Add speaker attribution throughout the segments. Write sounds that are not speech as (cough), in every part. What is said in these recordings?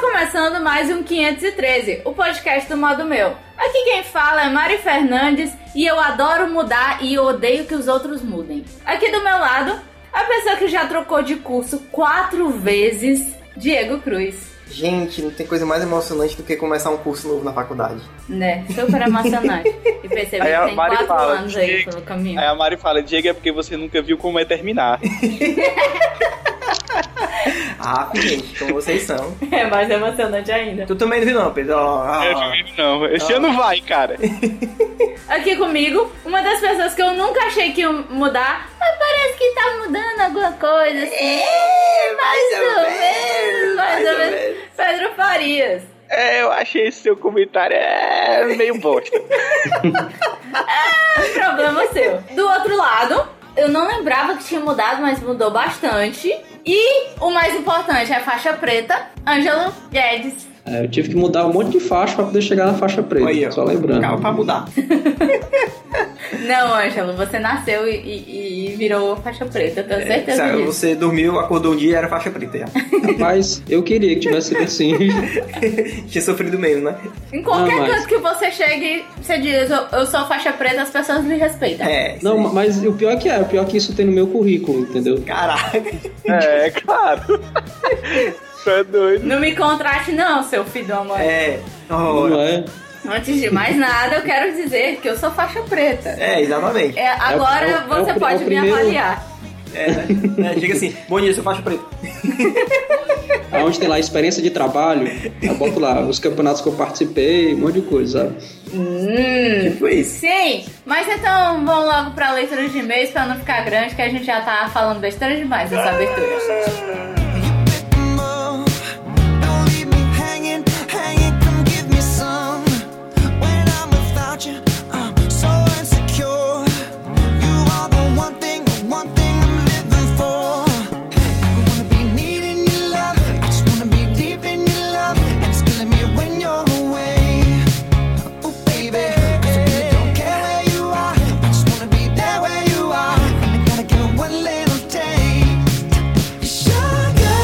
Speaker 1: começando mais um 513, o podcast do modo meu. Aqui quem fala é Mari Fernandes e eu adoro mudar e odeio que os outros mudem. Aqui do meu lado, a pessoa que já trocou de curso quatro vezes, Diego Cruz.
Speaker 2: Gente, não tem coisa mais emocionante do que começar um curso novo na faculdade.
Speaker 1: Né? Super emocionante. E percebi
Speaker 3: Aí
Speaker 1: que
Speaker 3: a
Speaker 1: tem
Speaker 3: Mari
Speaker 1: quatro
Speaker 3: fala,
Speaker 1: anos aí
Speaker 3: Diego.
Speaker 1: pelo caminho.
Speaker 3: Aí a Mari fala, Diego, é porque você nunca viu como é terminar.
Speaker 2: Ah, gente, como vocês são.
Speaker 1: (laughs) É mais emocionante ainda.
Speaker 2: Tu também não viu não, Pedro. Ó, ó,
Speaker 3: Eu
Speaker 2: ó.
Speaker 3: digo, não, esse
Speaker 2: Ah.
Speaker 3: ano vai, cara.
Speaker 1: Aqui comigo, uma das pessoas que eu nunca achei que ia mudar, mas parece que tá mudando alguma coisa, assim.
Speaker 2: É, mais ou menos,
Speaker 1: mais ou menos.
Speaker 2: menos.
Speaker 1: Pedro Farias.
Speaker 3: É, eu achei esse seu comentário é meio bosta.
Speaker 1: Um
Speaker 2: (laughs)
Speaker 1: Problema seu. Do outro lado, eu não lembrava que tinha mudado, mas mudou bastante. E o mais importante, é a faixa preta, Ângelo Guedes.
Speaker 4: É, eu tive que mudar um monte de faixa pra poder chegar na faixa preta.
Speaker 2: Aí, ó.
Speaker 4: só lembrando.
Speaker 2: Calma pra mudar.
Speaker 1: Não, Ângelo, você nasceu e, e- e virou faixa preta, eu
Speaker 2: É,
Speaker 1: tenho
Speaker 4: tá
Speaker 1: certeza
Speaker 2: Sabe,
Speaker 1: disso.
Speaker 2: você dormiu, acordou um dia e era faixa preta. já. (laughs)
Speaker 4: Mas eu queria que tivesse sido assim.
Speaker 2: Tinha sofrido menos, né?
Speaker 1: Em qualquer
Speaker 4: Não, mas-
Speaker 1: canto que você chegue, você diz, eu, eu sou faixa preta, as pessoas me respeitam.
Speaker 2: É. isso
Speaker 4: Não,
Speaker 2: aí.
Speaker 4: mas o pior que é, o pior que isso tem no meu currículo, entendeu?
Speaker 2: Caraca.
Speaker 3: (laughs) É, (laughs) claro. Tá doido.
Speaker 1: Não me contrate não, seu filho do amor.
Speaker 2: É.
Speaker 4: Não
Speaker 2: ó,
Speaker 4: é?
Speaker 1: Antes de mais nada, eu quero dizer que eu sou faixa preta.
Speaker 2: É, exatamente.
Speaker 1: É, agora
Speaker 4: é o- é o-
Speaker 1: você
Speaker 4: é o
Speaker 1: pode me
Speaker 4: primeiro-
Speaker 1: avaliar.
Speaker 2: É, né? É, Chega assim, bom dia, sou faixa preta.
Speaker 4: Aonde tem lá experiência de trabalho, eu boto lá os campeonatos que eu participei, um monte de coisa, sabe?
Speaker 1: Hum.
Speaker 2: Tipo isso.
Speaker 1: Sim, mas então vamos logo pra leitura de e-mails pra não ficar grande, que a gente já tá falando besteira demais nessa abertura.
Speaker 5: Don't leave me hanging, hanging. Come give me some. When I'm without you, I'm so insecure. You are the one thing, the one thing I'm living for. I wanna be needing your love. I just wanna be deep in your love. And it's killing me when you're away. Oh baby, I really don't care where you are. I just wanna be there where you are. And I gotta get one little taste. Sugar,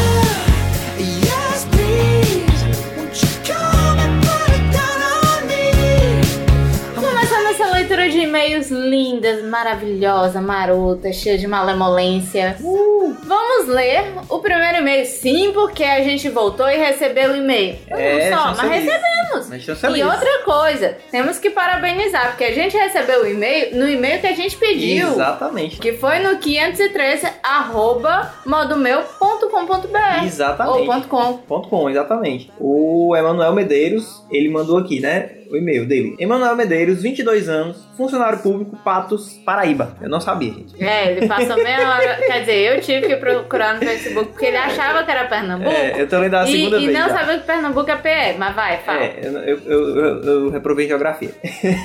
Speaker 5: yes please. Won't you come and put it down on me?
Speaker 1: Começando essa leitura de e-mails lindas, maravilhosa, marota, cheia de malemolência.
Speaker 2: Uh!
Speaker 1: Vamos ler o primeiro e-mail, sim, porque a gente voltou e recebeu o e-mail.
Speaker 2: É,
Speaker 1: Não só,
Speaker 2: estamos
Speaker 1: mas
Speaker 2: felizes.
Speaker 1: recebemos.
Speaker 2: Mas estamos
Speaker 1: E
Speaker 2: felizes.
Speaker 1: outra coisa, temos que parabenizar, porque a gente recebeu o e-mail no e-mail que a gente pediu.
Speaker 2: Exatamente.
Speaker 1: Que foi no 513 arroba modomeu.com.br
Speaker 2: Exatamente.
Speaker 1: ou ponto .com.
Speaker 2: Ponto com, exatamente. O Emanuel Medeiros, ele mandou aqui, né? O e-mail dele. Emanuel Medeiros, 22 anos, funcionário público, Patos, Paraíba. Eu não sabia, gente.
Speaker 1: É, ele passou meia hora. Quer dizer, eu tive que procurar no Facebook porque ele achava que era Pernambuco.
Speaker 2: É, eu tô lendo a
Speaker 1: e
Speaker 2: segunda
Speaker 1: e
Speaker 2: vez.
Speaker 1: não
Speaker 2: já.
Speaker 1: sabia que Pernambuco é PE, mas vai, fala.
Speaker 2: É, eu, eu, eu, eu reprovei geografia. (laughs)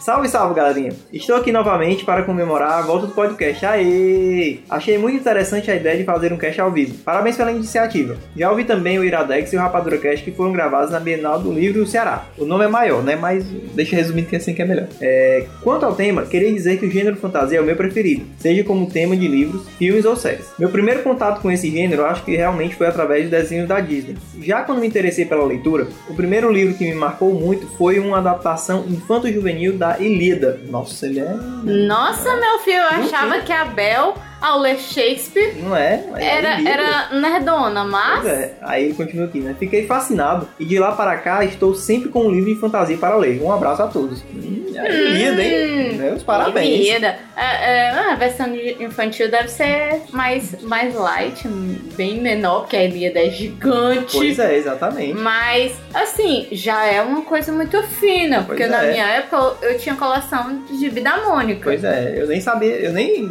Speaker 2: salve, salve, galerinha. Estou aqui novamente para comemorar a volta do podcast. Aê! Achei muito interessante a ideia de fazer um cast ao vivo. Parabéns pela iniciativa. Já ouvi também o Iradex e o Rapadura Cast que foram gravados na Bienal do Livro do Ceará. O nome é maior, né? Mas deixa resumindo que assim que é melhor. É, quanto ao tema, queria dizer que o gênero fantasia é o meu preferido, seja como tema de livros, filmes ou séries. Meu primeiro contato com esse gênero eu acho que realmente foi através de desenhos da Disney. Já quando me interessei pela leitura, o primeiro livro que me marcou muito foi uma adaptação infanto-juvenil da Ilíada. Nossa, ele é.
Speaker 1: Nossa, meu filho, eu achava que a Bel, ao ler Shakespeare,
Speaker 2: Não é? Mas é
Speaker 1: era,
Speaker 2: Ilíada.
Speaker 1: era nerdona, mas.
Speaker 2: Pois é, aí ele continua aqui, né? Fiquei fascinado e de lá para cá estou sempre com um livro de fantasia para ler. Um abraço a todos. Hum, é Ilíada,
Speaker 1: Hum.
Speaker 2: hein? Meus parabéns.
Speaker 1: Querida. É, é, a versão de- infantil deve ser mais, mais light, bem menor, porque a Ilíada é gigante.
Speaker 2: Pois é, exatamente.
Speaker 1: Mas, assim, já é uma coisa muito fina, porque
Speaker 2: Pois
Speaker 1: na
Speaker 2: é.
Speaker 1: minha época eu, eu tinha coleção de gibi da Mônica.
Speaker 2: Pois é, eu nem sabia, eu nem.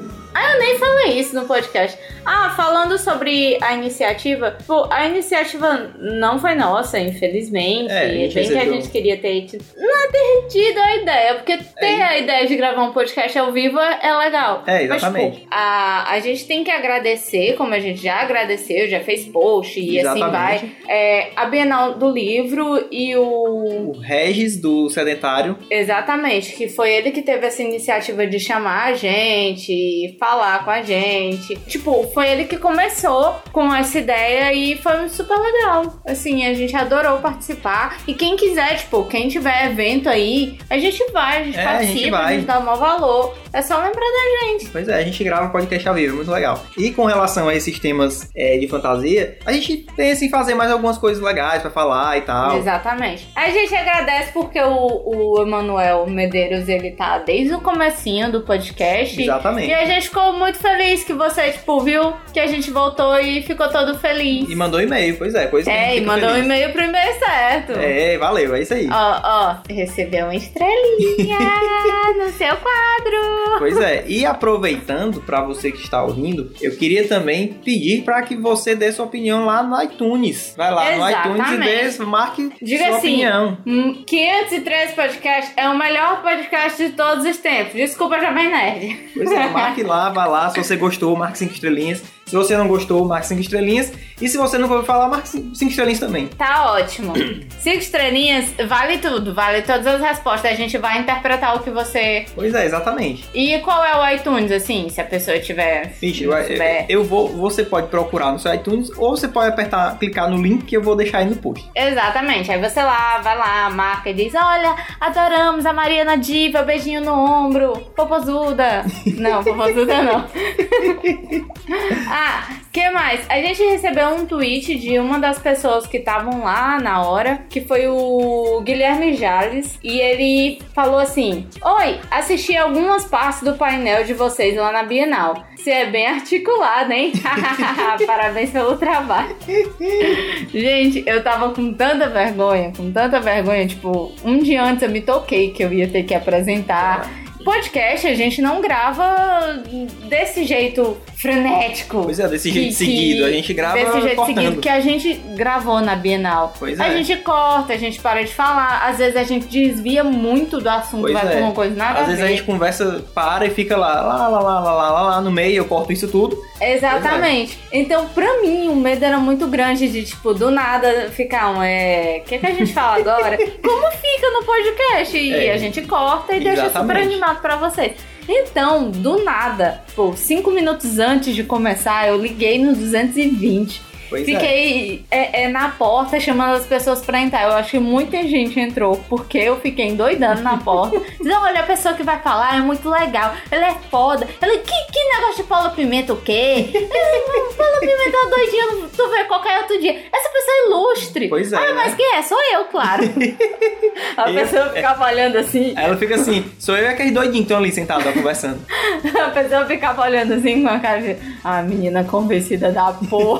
Speaker 1: Falei É isso no podcast. Ah, falando sobre a iniciativa, pô, a iniciativa não foi nossa, infelizmente.
Speaker 2: É, a gente
Speaker 1: bem que a
Speaker 2: recebeu.
Speaker 1: gente queria ter tido. Não é divertida a ideia, porque ter a ideia de gravar um podcast ao vivo é é legal.
Speaker 2: É,
Speaker 1: Mas,
Speaker 2: exatamente.
Speaker 1: pô, a, a gente tem que agradecer, como a gente já agradeceu, já fez post e assim
Speaker 2: Exatamente.
Speaker 1: vai. É, a Bienal do Livro e o.
Speaker 2: O Regis do Sedentário.
Speaker 1: Exatamente, que foi ele que teve essa iniciativa de chamar a gente, e falar com a gente. Tipo, foi ele que começou com essa ideia e foi super legal. Assim, a gente adorou participar. E quem quiser, tipo, quem tiver evento aí, a gente vai, a gente
Speaker 2: É, a gente
Speaker 1: participa, a gente,
Speaker 2: vai.
Speaker 1: dá o maior valor. É só lembrar da
Speaker 2: Pois é, a gente grava podcast ao vivo, é muito legal. E com relação a esses temas é, de fantasia, a gente pensa em fazer mais algumas coisas legais pra falar e tal.
Speaker 1: Exatamente. A gente agradece porque o, o Emanuel Medeiros, ele tá desde o comecinho do podcast.
Speaker 2: Exatamente.
Speaker 1: E a gente ficou muito feliz que você, tipo, viu que a gente voltou e ficou todo feliz.
Speaker 2: E mandou e-mail, pois é, coisa que a gente
Speaker 1: é, e
Speaker 2: fica
Speaker 1: mandou um
Speaker 2: feliz.
Speaker 1: e-mail pro e-mail certo.
Speaker 2: É, valeu, é
Speaker 1: (laughs)
Speaker 2: isso aí.
Speaker 1: Ó, ó, recebeu uma estrelinha (laughs) no seu quadro.
Speaker 2: Pois é, e aproveitando pra você que está ouvindo, eu queria também pedir pra que você dê sua opinião lá no iTunes. Vai lá no iTunes e
Speaker 1: Exatamente.
Speaker 2: dê, marque
Speaker 1: Diga
Speaker 2: sua
Speaker 1: assim,
Speaker 2: opinião.
Speaker 1: Hum, 513 Podcast é o melhor podcast de todos os tempos. Desculpa, Jovem Nerd.
Speaker 2: Pois é, marque lá, vá lá. Se você gostou, marque 5 estrelinhas. Se você não gostou, marque 5 estrelinhas. E se você nunca ouviu falar, marque 5 estrelinhas também.
Speaker 1: Tá ótimo. (clears throat) Cinco estrelinhas, vale tudo, vale todas as respostas. A gente vai interpretar o que você.
Speaker 2: Pois é, exatamente.
Speaker 1: E qual é o iTunes, assim, se a pessoa tiver.
Speaker 2: Vixe, eu, eu-
Speaker 1: souber.
Speaker 2: eu vou, você pode procurar no seu iTunes ou você pode apertar, clicar no link que eu vou deixar aí no post.
Speaker 1: Exatamente. Aí você lá, vai lá, marca e diz: Olha, adoramos a Mariana Diva, beijinho no ombro, popozuda. Não, popozuda não. (laughs) ah, que mais? A gente recebeu um tweet de uma das pessoas que estavam lá na hora, que foi o Guilherme Jales, e ele falou assim: Oi, assisti algumas partes do painel de vocês lá na Bienal. Você é bem articulado, hein? (laughs) Parabéns pelo trabalho. Gente, eu tava com tanta vergonha, com tanta vergonha, tipo, um dia antes eu me toquei que eu ia ter que apresentar.
Speaker 2: Ah.
Speaker 1: Podcast a gente não grava desse jeito frenético.
Speaker 2: Pois é, desse jeito
Speaker 1: que-
Speaker 2: seguido, a gente grava
Speaker 1: Desse jeito
Speaker 2: cortando.
Speaker 1: seguido que a gente gravou na Bienal.
Speaker 2: Pois
Speaker 1: a
Speaker 2: é.
Speaker 1: gente corta, a gente para de falar, às vezes a gente desvia muito do assunto,
Speaker 2: Pois
Speaker 1: vai
Speaker 2: é.
Speaker 1: pra uma coisa nada
Speaker 2: Às vezes
Speaker 1: a
Speaker 2: a
Speaker 1: ver.
Speaker 2: gente conversa, para e fica lá, lá, lá, lá, lá, lá, lá, lá, no meio, eu corto isso tudo.
Speaker 1: Exatamente. Então, pra mim, o medo era muito grande de, tipo, do nada ficar um. É. O que, que a gente fala
Speaker 2: (laughs)
Speaker 1: agora? Como fica no podcast? E
Speaker 2: É.
Speaker 1: a gente corta e deixa super
Speaker 2: Exatamente.
Speaker 1: animado pra vocês. Então, do nada, pô, cinco minutos antes de começar, eu liguei no 220.
Speaker 2: Pois é.
Speaker 1: Fiquei é, é, na porta chamando as pessoas pra entrar. Eu acho que muita gente entrou, porque eu fiquei endoidando na
Speaker 2: (laughs)
Speaker 1: porta. Dizendo, olha, a pessoa que vai falar é muito legal, ela é foda. Ela, que, que negócio de Paulo Pimenta o
Speaker 2: (laughs)
Speaker 1: quê? Ela, "Não, Paulo Pimenta é doidinho, tu vê qualquer outro dia. Essa pessoa é ilustre.
Speaker 2: Pois é,
Speaker 1: Ah,
Speaker 2: né? É.
Speaker 1: mas quem é? Sou eu,
Speaker 2: (laughs)
Speaker 1: claro. a
Speaker 2: E-
Speaker 1: pessoa ficava olhando assim,
Speaker 2: Ela fica assim, sou eu e aquele doidinho que estão ali sentado, ó, conversando.
Speaker 1: (laughs) a pessoa ficava olhando assim com a cara de, ah, menina convencida da
Speaker 2: (laughs)
Speaker 1: porra.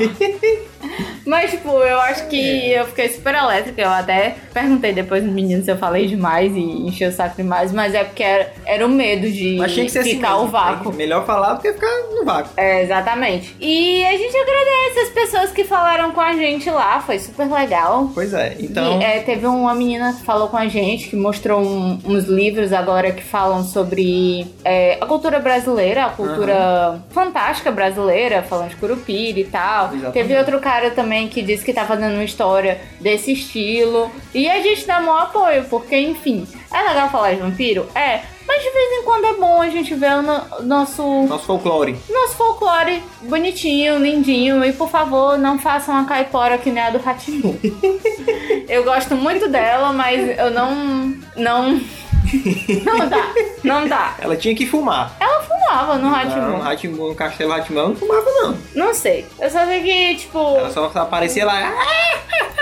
Speaker 1: Mas, tipo, eu acho que
Speaker 2: É.
Speaker 1: eu fiquei super elétrica. Eu até perguntei depois nos meninos se eu falei demais e enchi o saco demais, mas é porque era, era o medo de
Speaker 2: Mas tinha que ser assim.
Speaker 1: ficar
Speaker 2: mesmo.
Speaker 1: o vácuo.
Speaker 2: Melhor falar do que ficar no vácuo.
Speaker 1: É, exatamente. E a gente agradece as pessoas que falaram com a gente lá, foi super legal.
Speaker 2: Pois é, então.
Speaker 1: E, é, teve uma menina que falou com a gente, que mostrou um- uns livros agora que falam sobre é, a cultura brasileira, a cultura fantástica brasileira, falando de curupira e tal.
Speaker 2: Exatamente.
Speaker 1: Teve outro cara também que disse que tá fazendo uma história desse estilo. E a gente dá maior apoio, porque, enfim, é legal falar de vampiro? É. Mas de vez em quando é bom a gente ver o no- nosso
Speaker 2: Nosso folclore.
Speaker 1: nosso folclore bonitinho, lindinho. E por favor, não façam a caipora que nem a do
Speaker 2: (laughs)
Speaker 1: Ratimbu. eu gosto muito dela, mas eu não. Não. Não dá. Não dá.
Speaker 2: Ela tinha que fumar.
Speaker 1: Ela fumava no
Speaker 2: Não,
Speaker 1: Ratimbu.
Speaker 2: Ratimbu, no Castelo Ratimbu não fumava, não.
Speaker 1: Não sei. Eu só sei que, tipo,
Speaker 2: Ela só aparecia lá. "Ah!"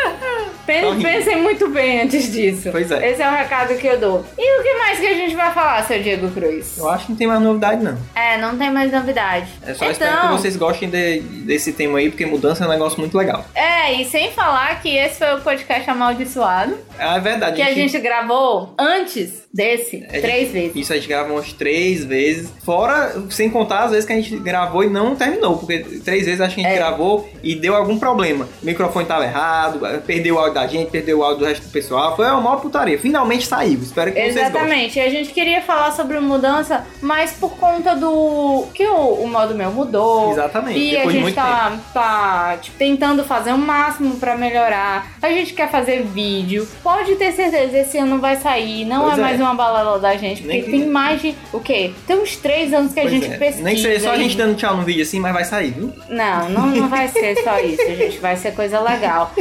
Speaker 1: pen-
Speaker 2: horrível.
Speaker 1: pensem muito bem antes disso.
Speaker 2: Pois é.
Speaker 1: Esse é o recado que eu dou. E o que mais que a gente vai falar, seu Diego Cruz?
Speaker 2: Eu acho que não tem mais novidade, não.
Speaker 1: É, não tem mais novidade.
Speaker 2: É só
Speaker 1: então,
Speaker 2: espero que vocês gostem de- desse tema aí, porque mudança é um negócio muito legal.
Speaker 1: É, e sem falar que esse foi o podcast amaldiçoado.
Speaker 2: É verdade.
Speaker 1: que a gente gravou antes desse
Speaker 2: a gente-
Speaker 1: três vezes.
Speaker 2: Isso a gente gravou umas três vezes. Fora, sem contar as vezes que a gente gravou e não terminou. Porque três vezes acho que a gente
Speaker 1: É.
Speaker 2: gravou e deu algum problema. O microfone tava errado, perdeu o áudio da da gente, perdeu o áudio do resto do pessoal. Foi uma maior putaria. Finalmente saiu. Espero que vocês gostem.
Speaker 1: Exatamente. A gente queria falar sobre mudança, mas por conta do que o, o modo meu mudou.
Speaker 2: Exatamente.
Speaker 1: E a
Speaker 2: Depois de
Speaker 1: gente
Speaker 2: muito
Speaker 1: tá, tá, tipo, tentando fazer o máximo pra melhorar. A gente quer fazer vídeo. Pode ter certeza, esse ano vai sair. Não
Speaker 2: Pois
Speaker 1: é,
Speaker 2: é.
Speaker 1: mais uma balela da gente. Porque
Speaker 2: Nem que-
Speaker 1: tem mais de. O quê? Tem uns três anos que a
Speaker 2: Pois
Speaker 1: gente
Speaker 2: é.
Speaker 1: pesquisa. Uhum.
Speaker 2: Nem que seja só a
Speaker 1: e-
Speaker 2: gente dando tchau no vídeo assim, mas vai sair, viu?
Speaker 1: não, não, não vai ser só isso, gente. Vai ser coisa legal.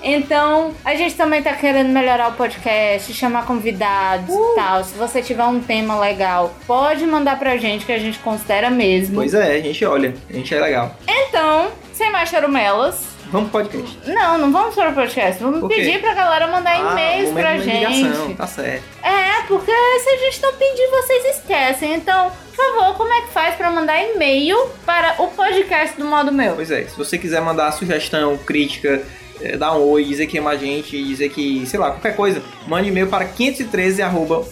Speaker 1: Então, a gente também tá querendo melhorar o podcast, chamar convidados
Speaker 2: Uh!
Speaker 1: e tal. Se você tiver um tema legal, pode mandar pra gente que a gente considera mesmo.
Speaker 2: Pois é, a gente olha. A gente é legal.
Speaker 1: Então, sem mais chorumelas.
Speaker 2: Vamos pro podcast.
Speaker 1: Não, não vamos para o podcast. Vamos
Speaker 2: Por quê? Ah, um
Speaker 1: pedir pra galera mandar e-mails
Speaker 2: momento
Speaker 1: pra
Speaker 2: de
Speaker 1: gente.
Speaker 2: ligação, Tá certo.
Speaker 1: É, porque se a gente não pedir, vocês esquecem. Então, por favor, como é que faz pra mandar e-mail para o podcast do modo meu?
Speaker 2: Pois é, se você quiser mandar sugestão, crítica, eh, dar um oi, dizer que ama a gente, dizer que, sei lá, qualquer coisa, mande e-mail para 513 arroba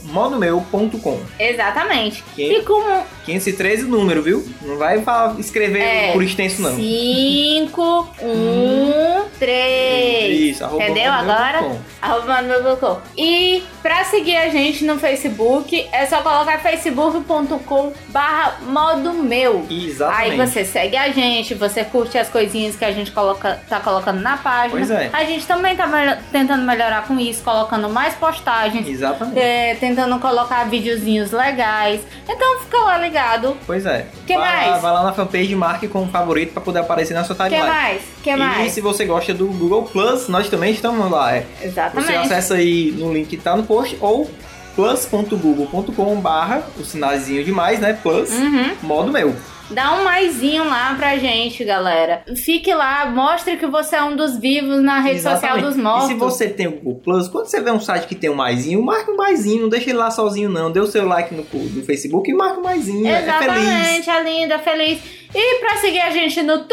Speaker 2: modomeu.com.
Speaker 1: Exatamente.
Speaker 2: Quem-
Speaker 1: E como
Speaker 2: 513 o número, viu? Não vai falar- escrever
Speaker 1: É,
Speaker 2: por extenso, não. (laughs) Hum.
Speaker 1: 5, 1, 3.
Speaker 2: Isso, arroba
Speaker 1: Entendeu agora?
Speaker 2: modomeu.com.
Speaker 1: um, Arroba no meu balcão. E pra seguir a gente no Facebook, é só colocar facebook.com barra modo meu. Aí
Speaker 2: Exatamente.
Speaker 1: você segue a gente, você curte as coisinhas que a gente coloca, tá colocando na página.
Speaker 2: Pois é.
Speaker 1: A gente também tá melho- tentando melhorar com isso, colocando mais postagens,
Speaker 2: Exatamente.
Speaker 1: é, tentando colocar videozinhos legais. Então fica lá ligado.
Speaker 2: Pois é.
Speaker 1: Que
Speaker 2: vai, lá-
Speaker 1: mais?
Speaker 2: vai lá na fanpage e marque como favorito pra poder aparecer na sua
Speaker 1: O que
Speaker 2: timeline.
Speaker 1: mais? que
Speaker 2: E
Speaker 1: mais?
Speaker 2: se você gosta do Google Plus, nós também estamos lá. É,
Speaker 1: Exatamente.
Speaker 2: Você acessa aí no link que tá no post ou plus.google.com barra o sinalzinho de mais, né? Plus,
Speaker 1: Uhum.
Speaker 2: modo meu.
Speaker 1: Dá um maisinho lá pra gente, galera. Fique lá, mostre que você é um dos vivos na rede social
Speaker 2: Exatamente.
Speaker 1: dos mortos.
Speaker 2: E se você tem o Google Plus, quando você vê um site que tem um maisinho, marca um maisinho, não deixa ele lá sozinho não. Dê o seu like no, no Facebook e marca um maisinho. É feliz.
Speaker 1: Exatamente, é linda, feliz. E pra seguir a gente no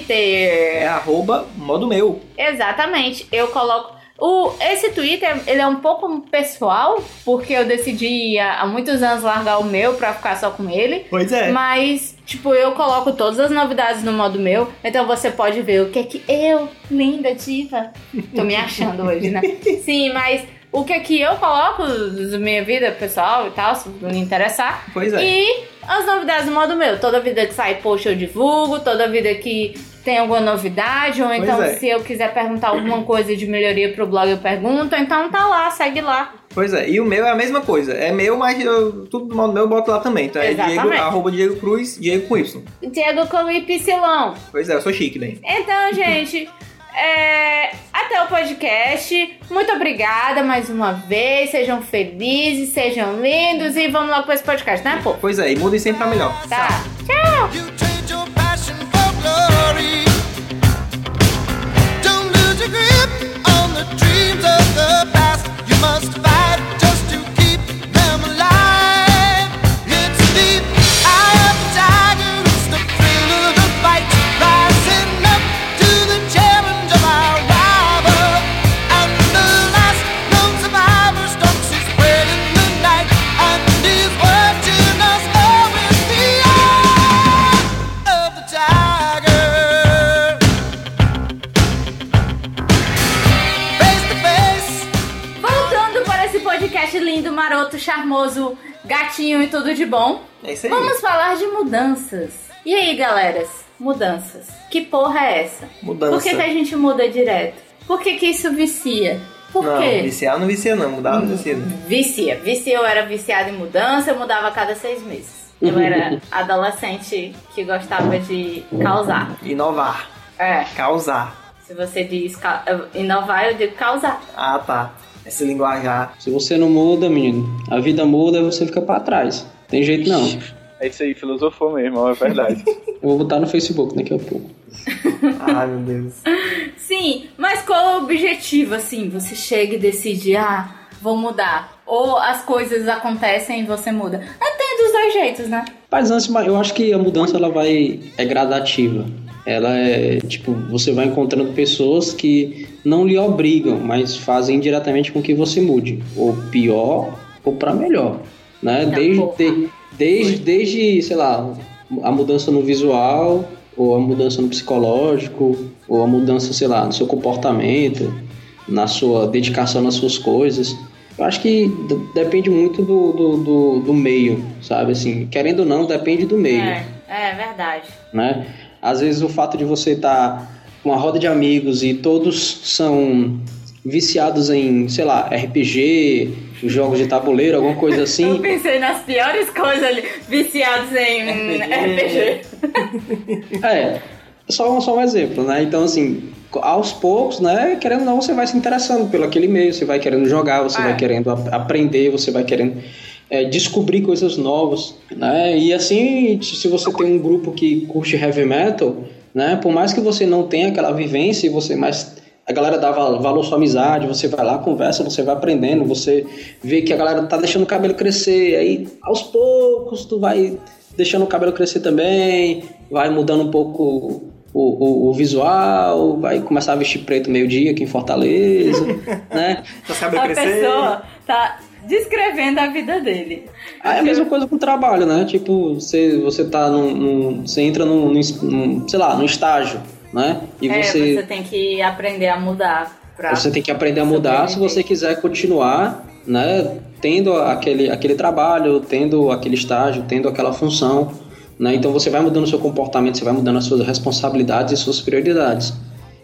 Speaker 1: Twitter.
Speaker 2: É arroba modo meu.
Speaker 1: Exatamente, eu coloco. O, esse Twitter, ele é um pouco pessoal, porque eu decidi há há muitos anos largar o meu pra ficar só com ele.
Speaker 2: Pois é.
Speaker 1: Mas, tipo, eu coloco todas as novidades no modo meu, então você pode ver o que é que eu, linda diva, tô me achando hoje,
Speaker 2: (laughs)
Speaker 1: né? Sim, mas o que é que eu coloco da minha vida pessoal e tal, se me interessar.
Speaker 2: Pois é.
Speaker 1: E as novidades do modo meu. Toda vida que sai post eu divulgo, toda vida que tem alguma novidade, ou então
Speaker 2: é.
Speaker 1: se eu quiser perguntar alguma coisa de melhoria pro blog eu pergunto, então tá lá, segue lá.
Speaker 2: Pois é. E o meu é a mesma coisa. É meu, mas eu, tudo do modo meu eu boto lá também. Então é
Speaker 1: Exatamente.
Speaker 2: Diego, arroba Diego Cruz, Diego com Y.
Speaker 1: Diego com Y Piscilão.
Speaker 2: Pois é, eu sou chique, bem.
Speaker 1: Então, gente, é, até o podcast. Muito obrigada mais uma vez. Sejam felizes, sejam lindos e vamos logo pra esse podcast, né, pô?
Speaker 2: Pois é, e mudem sempre pra melhor.
Speaker 1: Tá.
Speaker 5: You trade your passion for glory. Don't lose your grip on the dreams of the past. You must fight just to keep them alive. It's the eye of the tiger. It's the thrill of the fight. Rising up to the challenge of our rival. And the last known survivor stalks his prey in the night and is watching us all with the eye of the tiger. face to face.
Speaker 1: Voltando para esse podcast lindo, maroto, charmoso, gatinho e tudo de bom.
Speaker 2: É isso aí.
Speaker 1: Vamos falar de mudanças. E aí, galeras? Mudanças. Que porra é essa?
Speaker 2: Mudança.
Speaker 1: Por que, que a gente muda direto? Por que, que isso vicia? Por
Speaker 2: não,
Speaker 1: quê?
Speaker 2: viciar não vicia não, mudar não vicia não.
Speaker 1: Vicia. Vicia, eu era viciada em mudança, eu mudava a cada seis meses. Eu era adolescente que gostava de causar.
Speaker 2: Inovar,
Speaker 1: É,
Speaker 2: causar.
Speaker 1: se você diz ca- inovar, eu digo causar.
Speaker 2: Ah, tá. Esse
Speaker 1: (laughs)
Speaker 2: linguajar.
Speaker 4: Se você não muda, menino, a vida muda e você fica pra trás. Tem jeito não.
Speaker 3: É isso aí, filosofou mesmo, é verdade.
Speaker 4: Eu vou botar no Facebook daqui a pouco.
Speaker 2: Ai, Ah, meu Deus.
Speaker 1: Sim, mas qual é o objetivo, assim? Você chega e decide, ah, vou mudar. Ou as coisas acontecem e você muda. É, tem dos dois jeitos, né?
Speaker 4: Mas antes, mas eu acho que a mudança ela vai é gradativa. Ela é tipo, você vai encontrando pessoas que não lhe obrigam, mas fazem diretamente com que você mude, ou pior, ou pra melhor, né?
Speaker 1: Tá
Speaker 4: Desde,
Speaker 1: porra.
Speaker 4: de- desde, desde, sei lá, a mudança no visual, ou a mudança no psicológico, ou a mudança, sei lá, no seu comportamento. na sua dedicação nas suas coisas. Eu acho que d- depende muito do, do, do, do meio, sabe? Assim, querendo ou não, depende do meio
Speaker 1: É, é verdade.
Speaker 4: né? Às vezes o fato de você estar com uma roda de amigos e todos são viciados em, sei lá, RPG, jogos de tabuleiro, alguma coisa
Speaker 1: Eu (laughs)
Speaker 4: assim.
Speaker 1: pensei nas piores coisas ali, viciados em RPG.
Speaker 4: É, só, um- só um exemplo, né? Então, assim, aos poucos, né? Querendo ou não, você vai se interessando pelo aquele meio, você vai querendo jogar, você
Speaker 1: É.
Speaker 4: vai querendo ap- aprender, você vai querendo é, descobrir coisas novas, né? E assim, se você tem um grupo que curte heavy metal, né? Por mais que você não tenha aquela vivência e você mais... A galera dá val- valor à sua amizade, você vai lá, conversa, você vai aprendendo, você vê que a galera tá deixando o cabelo crescer, aí aos poucos tu vai deixando o cabelo crescer também, vai mudando um pouco o, o- o visual, vai começar a vestir preto meio-dia aqui em Fortaleza, né?
Speaker 2: Seus cabelos
Speaker 1: A
Speaker 2: crescer.
Speaker 1: pessoa tá descrevendo a vida dele.
Speaker 4: Aí é a mesma coisa com o trabalho, né? Tipo, você, você tá num, num- Você entra num, num es- num, sei lá, num estágio, né? E
Speaker 1: é,
Speaker 4: você, tá.
Speaker 1: você tem que aprender a mudar pra.
Speaker 4: você tem que aprender a mudar se
Speaker 1: Sobreviver.
Speaker 4: você quiser continuar, né? Tendo aquele, aquele trabalho, tendo aquele estágio, tendo aquela função, né? Então você vai mudando o seu comportamento, você vai mudando as suas responsabilidades e suas prioridades.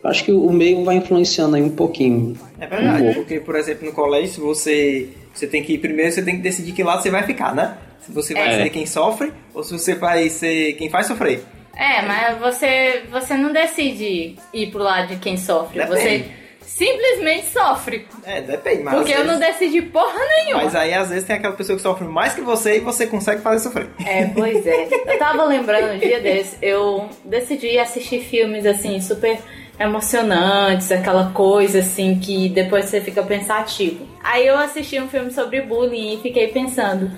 Speaker 4: Eu acho que o meio vai influenciando aí um pouquinho.
Speaker 2: É verdade,
Speaker 4: Uhum.
Speaker 2: porque, por exemplo, no colégio, se você, você tem que. Primeiro você tem que decidir que lado você vai ficar, né? Se você vai
Speaker 4: É.
Speaker 2: ser quem sofre ou se você vai ser quem faz sofrer.
Speaker 1: É, mas você, você não decide ir pro lado de quem sofre.
Speaker 2: Depende.
Speaker 1: Você simplesmente sofre.
Speaker 2: É, depende, mas.
Speaker 1: Porque
Speaker 2: às
Speaker 1: eu não
Speaker 2: vezes-
Speaker 1: decidi porra nenhuma.
Speaker 2: Mas aí às vezes tem aquela pessoa que sofre mais que você e você consegue fazer sofrer.
Speaker 1: É, pois é. Eu tava lembrando um dia desse, eu decidi assistir filmes assim, super emocionantes, aquela coisa assim que depois você fica pensativo. Aí eu assisti um filme sobre bullying e fiquei pensando,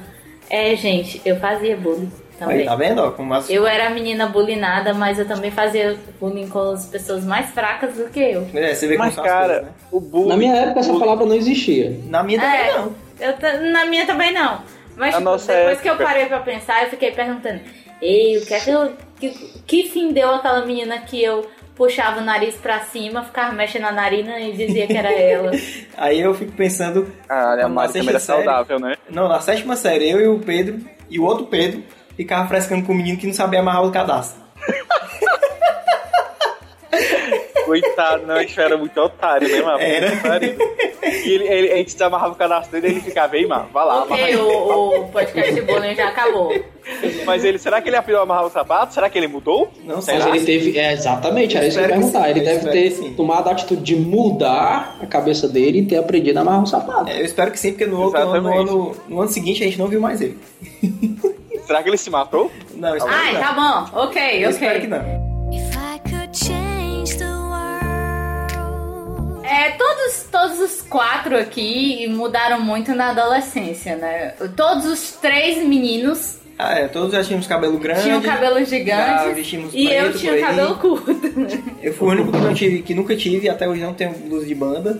Speaker 1: é, gente, eu fazia bullying
Speaker 2: Aí
Speaker 1: também.
Speaker 2: tá vendo? ó, Como as...
Speaker 1: Eu era a menina bulinada, mas eu também fazia bullying com as pessoas mais fracas do que eu.
Speaker 2: É, você vê como
Speaker 3: Mas,
Speaker 2: são as
Speaker 3: cara,
Speaker 2: coisas, né?
Speaker 3: o bullying.
Speaker 4: Na minha época essa
Speaker 3: bullying-
Speaker 4: palavra não existia.
Speaker 2: Na minha
Speaker 1: É.
Speaker 2: também não.
Speaker 1: Eu ta- na minha também não. Mas
Speaker 3: A
Speaker 1: tipo, depois
Speaker 2: é
Speaker 3: nossa
Speaker 1: que eu
Speaker 3: época.
Speaker 1: parei pra pensar, eu fiquei perguntando: Ei, o que é que eu. Que, que fim deu aquela menina que eu puxava o nariz pra cima, ficava mexendo a narina e dizia que era
Speaker 2: (laughs)
Speaker 1: ela?
Speaker 2: Aí eu fico pensando,
Speaker 3: Caralho, a
Speaker 2: Nossa,
Speaker 3: Mari também era
Speaker 2: isso é sério.
Speaker 3: saudável, né?
Speaker 2: não, na sétima série, eu e o Pedro e o outro Pedro ficava frescando com o menino que não sabia amarrar o cadastro.
Speaker 3: Coitado, não, a gente era muito otário, né, mano?
Speaker 2: Era.
Speaker 3: E ele, ele- a gente amarrava o cadastro dele e ele ficava, ei, mano, vai lá, amarra
Speaker 1: Porque
Speaker 3: aí."
Speaker 1: o, o podcast de bullying já acabou.
Speaker 3: Mas ele, será que ele aprendeu a amarrar o sapato? Será que ele mudou?
Speaker 2: Não sei.
Speaker 4: Mas
Speaker 2: lá.
Speaker 4: ele teve. É, exatamente, era isso que eu ia
Speaker 2: Espero que
Speaker 4: perguntar.
Speaker 2: sim,
Speaker 4: Ele
Speaker 2: eu
Speaker 4: deve
Speaker 2: espero
Speaker 4: ter
Speaker 2: que sim.
Speaker 4: tomado a atitude de mudar a cabeça dele e ter aprendido a amarrar um sapato.
Speaker 2: É, Eu espero que sim, porque no outro ano, no
Speaker 3: Exatamente.
Speaker 2: ano, no ano seguinte a gente não viu mais ele.
Speaker 3: Será que ele se matou?
Speaker 2: Não, eu espero que
Speaker 1: Ai,
Speaker 2: não.
Speaker 1: tá bom, ok,
Speaker 2: eu espero que
Speaker 1: ok.
Speaker 2: não.
Speaker 6: If I could change the world.
Speaker 1: É, todos, todos os quatro aqui mudaram muito na adolescência, né? Todos os três meninos
Speaker 2: Ah, é, todos já tínhamos cabelo grande.
Speaker 1: tinham um cabelo
Speaker 2: já
Speaker 1: gigante
Speaker 2: vestimos
Speaker 1: e eu
Speaker 2: preto
Speaker 1: tinha
Speaker 2: por aí.
Speaker 1: cabelo curto. né?
Speaker 2: Eu fui o único que, não tive, que nunca tive, até hoje não tenho blusa de banda.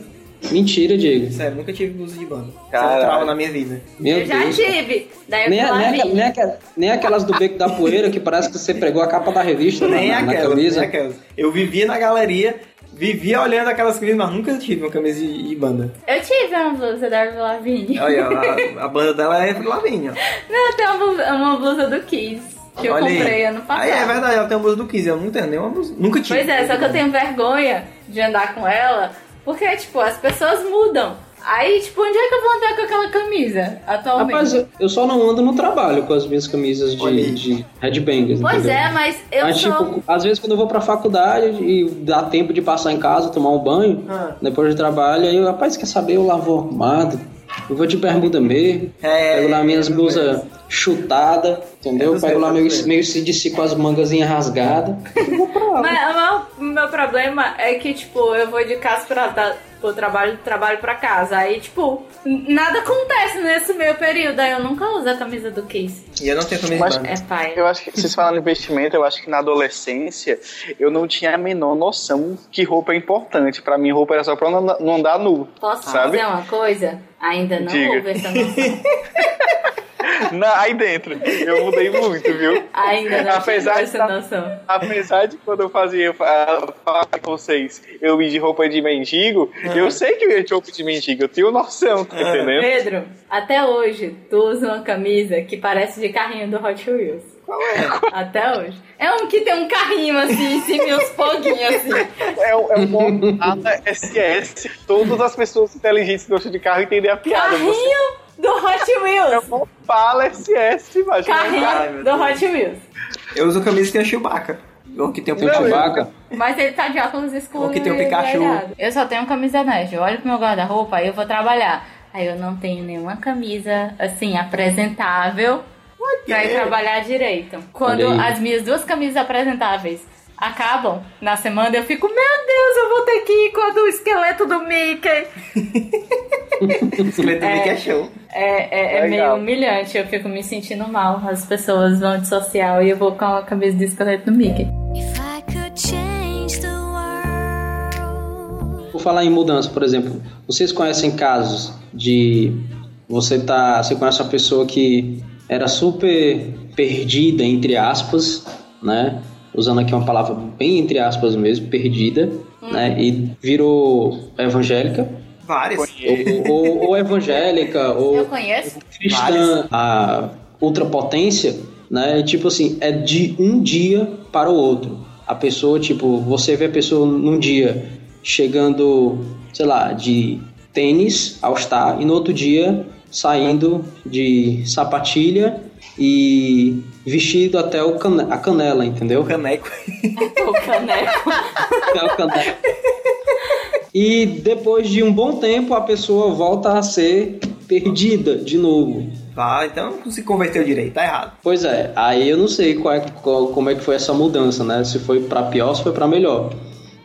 Speaker 4: Mentira, Diego.
Speaker 2: Sério, nunca tive blusa de banda. Isso é um
Speaker 3: Caralho.
Speaker 2: trauma na minha vida.
Speaker 4: Meu
Speaker 1: eu já
Speaker 4: Deus.
Speaker 1: tive. Daí eu
Speaker 4: Nem,
Speaker 1: falava,
Speaker 4: nem, aquela- nem aquela- nem aquelas do beco da poeira que parece que você pregou a capa da revista na-
Speaker 2: Nem
Speaker 4: na, na
Speaker 2: aquelas,
Speaker 4: camisa.
Speaker 2: nem aquelas. Eu vivia na galeria, vivia olhando aquelas camisas, mas nunca tive uma camisa de, de banda.
Speaker 1: Eu tive uma blusa da Avril Lavigne.
Speaker 2: Olha, a, a banda dela é Lavinha.
Speaker 1: Não, eu tenho uma blusa, uma blusa do Kiss. Que eu
Speaker 2: Olha aí.
Speaker 1: comprei ano passado.
Speaker 2: Aí é verdade, ela tem uma blusa do 15, eu não tenho nenhuma blusa. Nunca tive.
Speaker 1: Pois é, só que eu tenho vergonha de andar com ela. Porque, tipo, as pessoas mudam. Aí, tipo, onde é que eu vou andar com aquela camisa atualmente?
Speaker 4: Rapaz, eu, eu só não ando no trabalho com as minhas camisas
Speaker 2: Olha aí.
Speaker 4: de, de headbangers.
Speaker 1: pois
Speaker 4: entendeu?
Speaker 1: é, mas eu
Speaker 4: Mas,
Speaker 1: sou.
Speaker 4: tipo, às vezes quando eu vou pra faculdade e dá tempo de passar em casa, tomar um banho,
Speaker 2: Ah.
Speaker 4: depois de trabalho, aí eu, rapaz, quer saber, eu lá vou arrumado, eu vou de bermuda mesmo,
Speaker 2: É,
Speaker 4: pego lá minhas
Speaker 2: é do
Speaker 4: blusas chutadas, entendeu?
Speaker 2: É do
Speaker 4: pego
Speaker 2: mesmo, é
Speaker 4: lá meio,
Speaker 2: do mesmo.
Speaker 4: meio CDC com as mangazinhas rasgadas, e vou pra lá.
Speaker 1: Mas, mas o meu problema é que, tipo, eu vou de casa pra, da, pro trabalho, do trabalho pra casa. Aí, tipo, n- nada acontece nesse meio período. Aí eu nunca uso a camisa do Kiss.
Speaker 2: E eu não tenho camisa
Speaker 3: Mas-
Speaker 2: de banda.
Speaker 1: É pai.
Speaker 3: Eu acho que, vocês falaram de investimento, eu acho que na adolescência eu não tinha a menor noção que roupa é importante. Pra mim, roupa era só pra não, não andar nu.
Speaker 1: Posso
Speaker 3: Sabe?
Speaker 1: dizer uma coisa? Ainda não
Speaker 3: Diga.
Speaker 1: houve essa noção.
Speaker 3: Na- aí dentro. Eu mudei muito, viu?
Speaker 1: Ainda não
Speaker 3: Apesar
Speaker 1: tive
Speaker 3: de
Speaker 1: essa
Speaker 3: tá-
Speaker 1: noção.
Speaker 3: Apesar de quando eu fazia fa- falar com vocês, eu ia de roupa de mendigo, eu sei que eu ia de roupa de mendigo, eu tenho noção, tá entendendo?
Speaker 1: Pedro, até hoje tu usa uma camisa que parece de carrinho do Hot Wheels. Qual é? (laughs) Até hoje. É um que tem um carrinho assim, em cima e uns foguinhos assim.
Speaker 3: É, um- é um piada SS. Todas as pessoas inteligentes gostam de carro entender a piada. Você
Speaker 1: Carrinho do Hot
Speaker 3: é
Speaker 1: Wheels.
Speaker 3: um fala SS, imagina.
Speaker 2: Ai, meu
Speaker 1: Carrinho do
Speaker 2: Deus.
Speaker 1: Hot Wheels.
Speaker 2: Eu uso camisa que tem a Chewbacca. Ou que tem um o
Speaker 3: Não, eu-
Speaker 4: Chewbacca.
Speaker 1: Mas ele tá de óculos escuros. né? é
Speaker 2: Ou que tem o
Speaker 1: e
Speaker 2: Pikachu.
Speaker 1: olhado. Eu só tenho camisa nerd. Eu olho pro meu guarda-roupa e eu vou trabalhar. Aí eu não tenho nenhuma camisa, assim, apresentável pra ir trabalhar direito. Quando
Speaker 4: Olha aí.
Speaker 1: as minhas duas camisas apresentáveis acabam na semana, eu fico, meu Deus, eu vou ter que ir com a do esqueleto do Mickey.
Speaker 2: Esqueleto é. que é show.
Speaker 1: É, é- é meio
Speaker 3: Legal.
Speaker 1: humilhante, eu fico me sentindo mal. As pessoas vão de social e eu vou com a camisa do esqueleto do Mickey.
Speaker 6: If I could change the world,
Speaker 4: Por falar em mudança, por exemplo, vocês conhecem casos de você tá, você conhece uma pessoa que era super perdida entre aspas, né? Usando aqui uma palavra bem entre aspas mesmo, perdida, né? E virou evangélica
Speaker 2: Vários.
Speaker 4: (laughs) ou, ou- ou evangélica
Speaker 1: Eu
Speaker 4: ou
Speaker 1: conheço?
Speaker 4: cristã, a ultrapotência, né? Tipo assim, é de um dia para o outro. A pessoa, tipo, você vê a pessoa num dia chegando, sei lá, de tênis ao estar e no outro dia saindo de sapatilha e vestido até o cane- a canela, entendeu? (laughs)
Speaker 2: O caneco.
Speaker 1: O caneco.
Speaker 4: Até o canela. E depois de um bom tempo a pessoa volta a ser perdida de novo.
Speaker 2: Ah, então não se converteu direito, tá errado.
Speaker 4: Pois é, aí eu não sei qual é- qual- como é que foi essa mudança, né? Se foi pra pior, se foi pra melhor.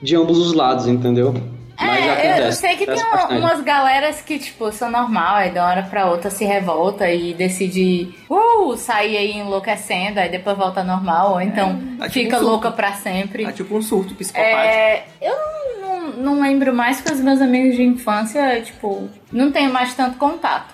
Speaker 4: De ambos os lados, entendeu? Mas
Speaker 1: É, eu sei que tem
Speaker 4: acontece
Speaker 1: uma-
Speaker 4: bastante.
Speaker 1: umas galeras que, tipo, são normal, aí de uma hora pra outra se revolta e decide uh, sair aí enlouquecendo, aí depois volta ao normal, ou então
Speaker 2: É, tipo
Speaker 1: fica
Speaker 2: um surto.
Speaker 1: louca pra sempre.
Speaker 2: É tipo um surto psicopático.
Speaker 1: É, eu não, não- não lembro mais porque os meus amigos de infância, tipo, não tenho mais tanto contato.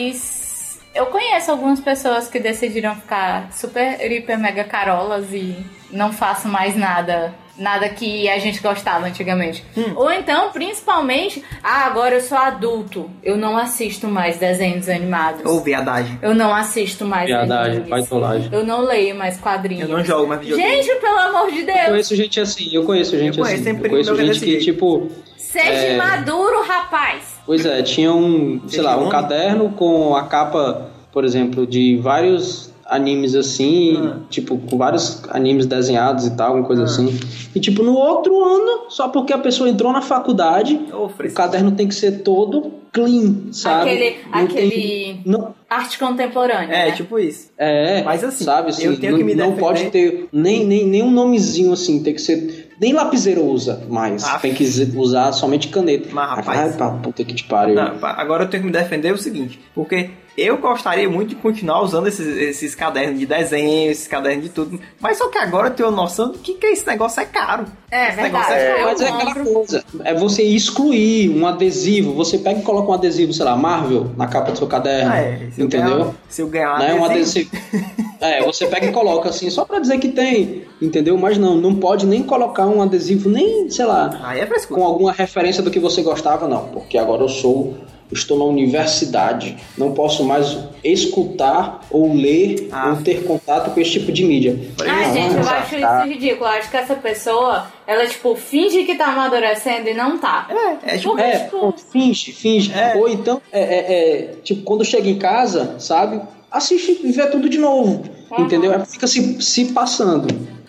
Speaker 1: Mas eu conheço algumas pessoas que decidiram ficar super, hiper, mega carolas e não faço mais nada. Nada que a gente gostava antigamente.
Speaker 2: Hum.
Speaker 1: Ou então, principalmente, ah, agora eu sou adulto. Eu não assisto mais desenhos animados.
Speaker 2: Ou viadagem.
Speaker 1: Eu não assisto mais
Speaker 4: Piadagem,
Speaker 1: animes.
Speaker 4: baitolagem.
Speaker 1: Eu não leio mais quadrinhos.
Speaker 2: Eu não jogo mais videogame.
Speaker 1: Gente, pelo amor de
Speaker 4: Eu
Speaker 1: Deus!
Speaker 4: conheço gente assim, eu conheço gente
Speaker 2: Eu conheço,
Speaker 4: assim.
Speaker 2: sempre
Speaker 4: eu conheço
Speaker 2: meu
Speaker 4: gente
Speaker 2: desse
Speaker 4: que,
Speaker 2: jeito.
Speaker 4: tipo,
Speaker 1: Seja
Speaker 4: É.
Speaker 1: maduro, rapaz.
Speaker 4: pois é, tinha um, sei lá, um
Speaker 2: homem?
Speaker 4: caderno com a capa, por exemplo, de vários animes assim,
Speaker 2: Ah.
Speaker 4: tipo, com vários animes desenhados e tal, alguma coisa
Speaker 2: Ah.
Speaker 4: assim. E tipo, no outro ano, só porque a pessoa entrou na faculdade,
Speaker 2: Ô,
Speaker 4: o
Speaker 2: fresco.
Speaker 4: caderno tem que ser todo clean, sabe?
Speaker 1: Aquele,
Speaker 4: Não tem-
Speaker 1: aquele
Speaker 4: Não,
Speaker 1: arte contemporânea.
Speaker 2: É,
Speaker 1: né?
Speaker 2: tipo isso.
Speaker 4: é,
Speaker 2: Mas assim,
Speaker 4: sabe, assim,
Speaker 2: eu tenho
Speaker 4: não,
Speaker 2: que me
Speaker 4: não
Speaker 2: defender.
Speaker 4: pode ter nem, nem, nem um nomezinho assim, tem que ser. Nem lapiseiro usa mais.
Speaker 2: Ah,
Speaker 4: tem que ze- usar somente caneta.
Speaker 2: Mas,
Speaker 4: Aí
Speaker 2: rapaz.
Speaker 4: vai pra puta que te pariu.
Speaker 2: Não, pa- agora eu tenho que me defender o seguinte, porque eu gostaria muito de continuar usando esses, esses cadernos de desenho, esses cadernos de tudo, mas só que agora eu tenho noção de que, que esse negócio é caro.
Speaker 1: É,
Speaker 2: esse
Speaker 1: verdade.
Speaker 2: negócio é
Speaker 1: eu
Speaker 4: Mas é aquela
Speaker 1: compro.
Speaker 4: coisa, é você excluir um adesivo, você pega e coloca um adesivo, sei lá, Marvel, na capa do seu caderno,
Speaker 2: Ah, é, se eu
Speaker 4: entendeu?
Speaker 2: ganhar- se eu ganhar
Speaker 4: Né, um
Speaker 2: Ah, desenho-
Speaker 4: adesivo. É, você pega e coloca assim, só pra dizer que tem, entendeu? Mas não, não pode nem colocar um adesivo, nem, sei lá,
Speaker 2: Aí é frescura.
Speaker 4: com alguma referência do que você gostava, não, porque agora eu sou, estou na universidade, não posso mais escutar ou ler
Speaker 2: Ah.
Speaker 4: ou ter contato com esse tipo de mídia.
Speaker 1: Ah,
Speaker 2: né?
Speaker 4: Não,
Speaker 1: gente, eu
Speaker 4: tá,
Speaker 1: acho
Speaker 4: tá.
Speaker 1: isso ridículo. Eu acho que essa pessoa, ela, tipo, finge que tá amadurecendo e não tá.
Speaker 2: É, é tipo,
Speaker 1: Mas,
Speaker 4: É,
Speaker 1: tipo-
Speaker 4: pronto, finge, finge.
Speaker 2: É.
Speaker 4: Ou então, é, é, é, tipo, quando chega em casa, sabe, assiste e vê tudo de novo,
Speaker 1: Uhum.
Speaker 4: entendeu? É, fica se, se passando.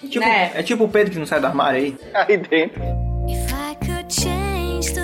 Speaker 2: tipo-
Speaker 1: né?
Speaker 2: é tipo o Pedro que não sai do armário aí.
Speaker 3: Aí dentro.
Speaker 6: if I could change the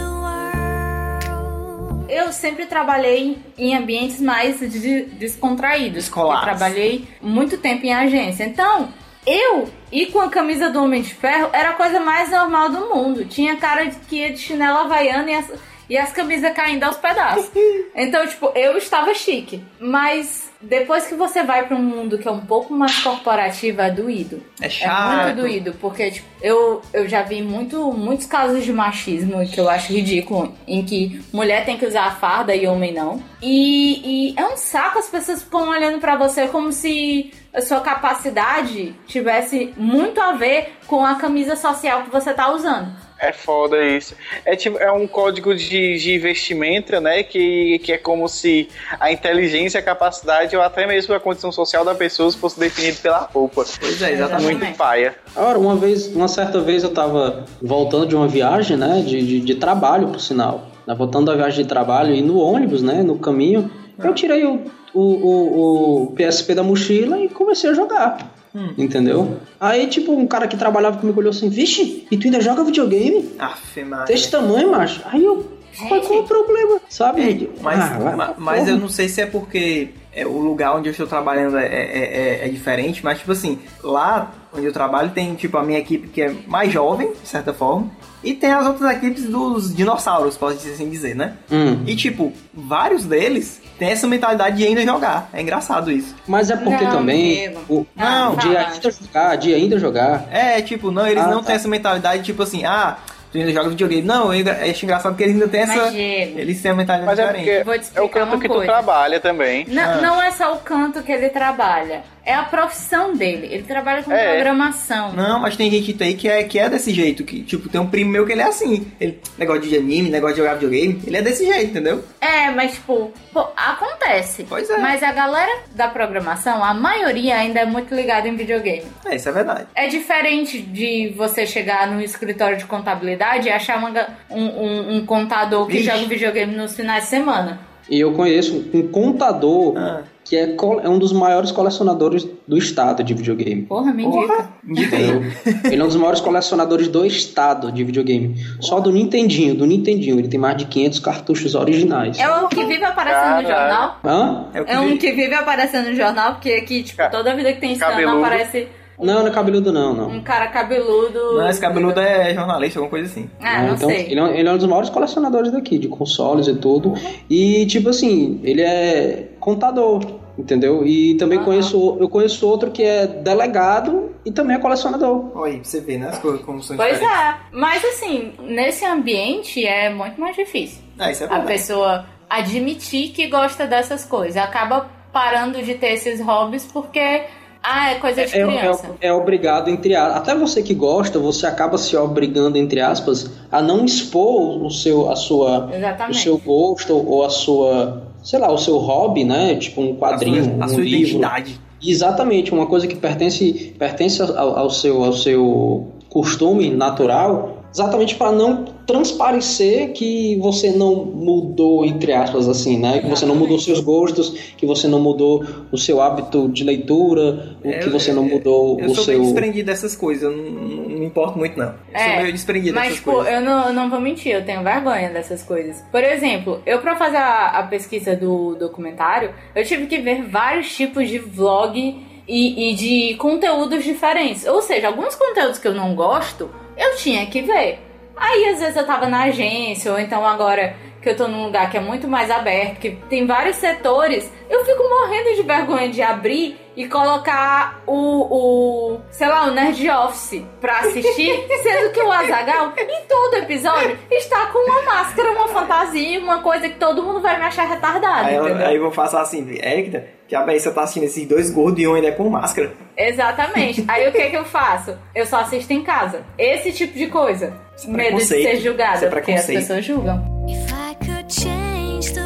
Speaker 6: world,
Speaker 1: Eu sempre trabalhei em ambientes mais de- descontraídos.
Speaker 2: Escolares.
Speaker 1: porque Eu trabalhei muito tempo em agência. Então, eu ir com a camisa do Homem de Ferro era a coisa mais normal do mundo. Tinha cara de que ia de chinela havaiana e, as- e as camisas caindo aos pedaços. Então, tipo, eu estava chique. Mas depois que você vai pra um mundo que é um pouco mais corporativo, é doído.
Speaker 2: É
Speaker 1: É
Speaker 2: chato.
Speaker 1: muito doído, porque tipo, eu, eu já vi muito, muitos casos de machismo que eu acho ridículo, em que mulher tem que usar a farda e homem não. E, e é um saco, as pessoas ficam olhando pra você como se a sua capacidade tivesse muito a ver com a camisa social que você tá usando.
Speaker 3: É foda isso. É, tipo, é um código de, de investimento, né? Que, que é como se a inteligência, a capacidade ou até mesmo a condição social da pessoa fosse definida pela roupa.
Speaker 2: Pois é, exatamente.
Speaker 3: Muito
Speaker 1: Exatamente.
Speaker 3: paia.
Speaker 4: Ora, uma vez, uma certa vez eu tava voltando de uma viagem, né? De, de, de trabalho, por sinal. Né, voltando da viagem de trabalho e no ônibus, né? No caminho,
Speaker 2: Ah.
Speaker 4: eu tirei o, o, o, o PSP da mochila e comecei a jogar.
Speaker 2: Hum.
Speaker 4: Entendeu? Aí, tipo, um cara que trabalhava comigo olhou assim: Vixe, e tu ainda joga videogame?
Speaker 2: Aff, Maria.
Speaker 4: Desse tamanho, macho? Aí eu, mas qual é o problema? Sabe?
Speaker 2: É, Mas,
Speaker 4: Ah, vai
Speaker 2: ma-
Speaker 4: pra
Speaker 2: mas
Speaker 4: porra.
Speaker 2: eu não sei se é porque é, o lugar onde eu estou trabalhando é, é- é- é diferente, mas tipo assim, lá onde eu trabalho tem tipo a minha equipe que é mais jovem, de certa forma, e tem as outras equipes dos dinossauros, posso dizer assim dizer, né?
Speaker 4: Hum.
Speaker 2: E tipo, vários deles têm essa mentalidade de ainda jogar. É engraçado isso.
Speaker 4: Mas é porque
Speaker 1: Não,
Speaker 4: também.
Speaker 1: amigo.
Speaker 4: O,
Speaker 2: Não,
Speaker 4: de ainda jogar, de ainda jogar.
Speaker 2: É, tipo, não, eles
Speaker 4: Ah,
Speaker 2: não
Speaker 4: tá.
Speaker 2: têm essa mentalidade, tipo assim, ah, tu ainda joga videogame. Não, eu acho engraçado porque eles ainda têm essa.
Speaker 1: Mas, Diego,
Speaker 2: Eles têm a mentalidade
Speaker 3: Mas é
Speaker 2: diferente.
Speaker 3: porque
Speaker 1: vou te
Speaker 3: é o
Speaker 1: explicar
Speaker 3: canto
Speaker 1: uma
Speaker 3: que tu
Speaker 1: coisa.
Speaker 3: trabalha também.
Speaker 1: N-
Speaker 2: Ah.
Speaker 1: Não é só o canto que ele trabalha, é a profissão dele. Ele trabalha com
Speaker 3: É.
Speaker 1: programação.
Speaker 2: Não, mas tem gente aí que é, que é desse jeito. Que, tipo, tem um primo meu que ele é assim. Ele, negócio de anime, negócio de jogar videogame. Ele é desse jeito, entendeu?
Speaker 1: É, mas tipo, pô, acontece.
Speaker 2: Pois é.
Speaker 1: Mas a galera da programação, a maioria ainda é muito ligada em videogame.
Speaker 2: É, isso é verdade.
Speaker 1: É diferente de você chegar num escritório de contabilidade e achar uma ga- um, um- um contador que
Speaker 2: Vixe.
Speaker 1: joga videogame nos finais de semana.
Speaker 4: E eu conheço um contador
Speaker 2: Ah,
Speaker 4: que é, col- é um dos maiores colecionadores do estado de videogame.
Speaker 1: Porra, me indica.
Speaker 2: indica aí.
Speaker 4: Entendeu? Ele é um dos maiores colecionadores do estado de videogame. Só do Nintendinho, do Nintendinho. Ele tem mais de 500 cartuchos originais.
Speaker 1: É o que vive aparecendo no
Speaker 3: Caralho.
Speaker 1: jornal.
Speaker 4: Hã?
Speaker 2: É o que
Speaker 1: É um
Speaker 2: ele-
Speaker 1: que vive aparecendo no jornal, porque aqui, tipo,
Speaker 3: Ca-
Speaker 1: toda vida que tem Instagram
Speaker 3: cabeludo.
Speaker 1: aparece
Speaker 4: Não, não é cabeludo não, não.
Speaker 1: um cara cabeludo.
Speaker 2: Não, esse cabeludo é jornalista, alguma coisa assim.
Speaker 1: Ah, não
Speaker 4: então,
Speaker 1: sei.
Speaker 4: Ele, é, um- ele é um dos maiores colecionadores daqui, de consoles e tudo. E, tipo assim, ele é contador, entendeu? E também
Speaker 1: Aham.
Speaker 4: conheço, eu conheço outro que é delegado e também é colecionador.
Speaker 2: Olha aí, pra você ver, né? As coisas como são
Speaker 1: Pois
Speaker 2: diferentes.
Speaker 1: é, mas assim, nesse ambiente é muito mais difícil.
Speaker 2: Ah, isso é
Speaker 1: a
Speaker 2: verdade.
Speaker 1: pessoa admitir que gosta dessas coisas. Acaba parando de ter esses hobbies porque, ah, é coisa de
Speaker 4: É,
Speaker 1: criança.
Speaker 4: é- é obrigado, entre aspas. Até você que gosta, você acaba se obrigando, entre aspas, a não expor o seu, a sua, o
Speaker 1: Exatamente.
Speaker 4: seu gosto ou a sua, sei lá, o seu hobby, né? Tipo um quadrinho,
Speaker 2: a sua, a
Speaker 4: um
Speaker 2: sua
Speaker 4: livro.
Speaker 2: identidade.
Speaker 4: Exatamente, uma coisa que pertence, pertence ao, ao seu, ao seu costume natural, exatamente para não transparecer que você não mudou, entre aspas, assim, né? Que você não mudou seus gostos, que você não mudou o seu hábito de leitura, o
Speaker 2: É,
Speaker 4: que você não
Speaker 2: é,
Speaker 4: mudou
Speaker 2: Eu
Speaker 4: o
Speaker 2: sou bem
Speaker 4: seu.
Speaker 2: desprendido dessas coisas. Eu não, não, não me importo muito, não. Eu
Speaker 1: É,
Speaker 2: sou meio desprendido
Speaker 1: Mas,
Speaker 2: dessas
Speaker 1: tipo,
Speaker 2: coisas.
Speaker 1: eu não, eu não vou mentir, eu tenho vergonha dessas coisas. Por exemplo, eu pra fazer a, a pesquisa do documentário, eu tive que ver vários tipos de vlog e, e de conteúdos diferentes. Ou seja, alguns conteúdos que eu não gosto, eu tinha que ver. Aí, às vezes, eu tava na agência, ou então agora que eu tô num lugar que é muito mais aberto, que tem vários setores, eu fico morrendo de vergonha de abrir e colocar o, o sei lá, o Nerd Office pra assistir, sendo que o Azagal, em todo episódio, está com uma máscara, uma fantasia, uma coisa que todo mundo vai me achar retardado,
Speaker 2: Aí, eu,
Speaker 1: entendeu?
Speaker 2: aí eu vou passar assim, Hector, que a você tá assistindo esses dois gordos e um ainda é com máscara.
Speaker 1: Exatamente. Aí o que que eu faço? Eu só assisto em casa. Esse tipo de coisa. Medo
Speaker 2: é
Speaker 1: de
Speaker 2: preconceito.
Speaker 1: ser
Speaker 2: Isso
Speaker 1: julgada,
Speaker 2: é
Speaker 1: porque as
Speaker 2: preconceito.
Speaker 1: pessoas julgam.
Speaker 6: If I could change the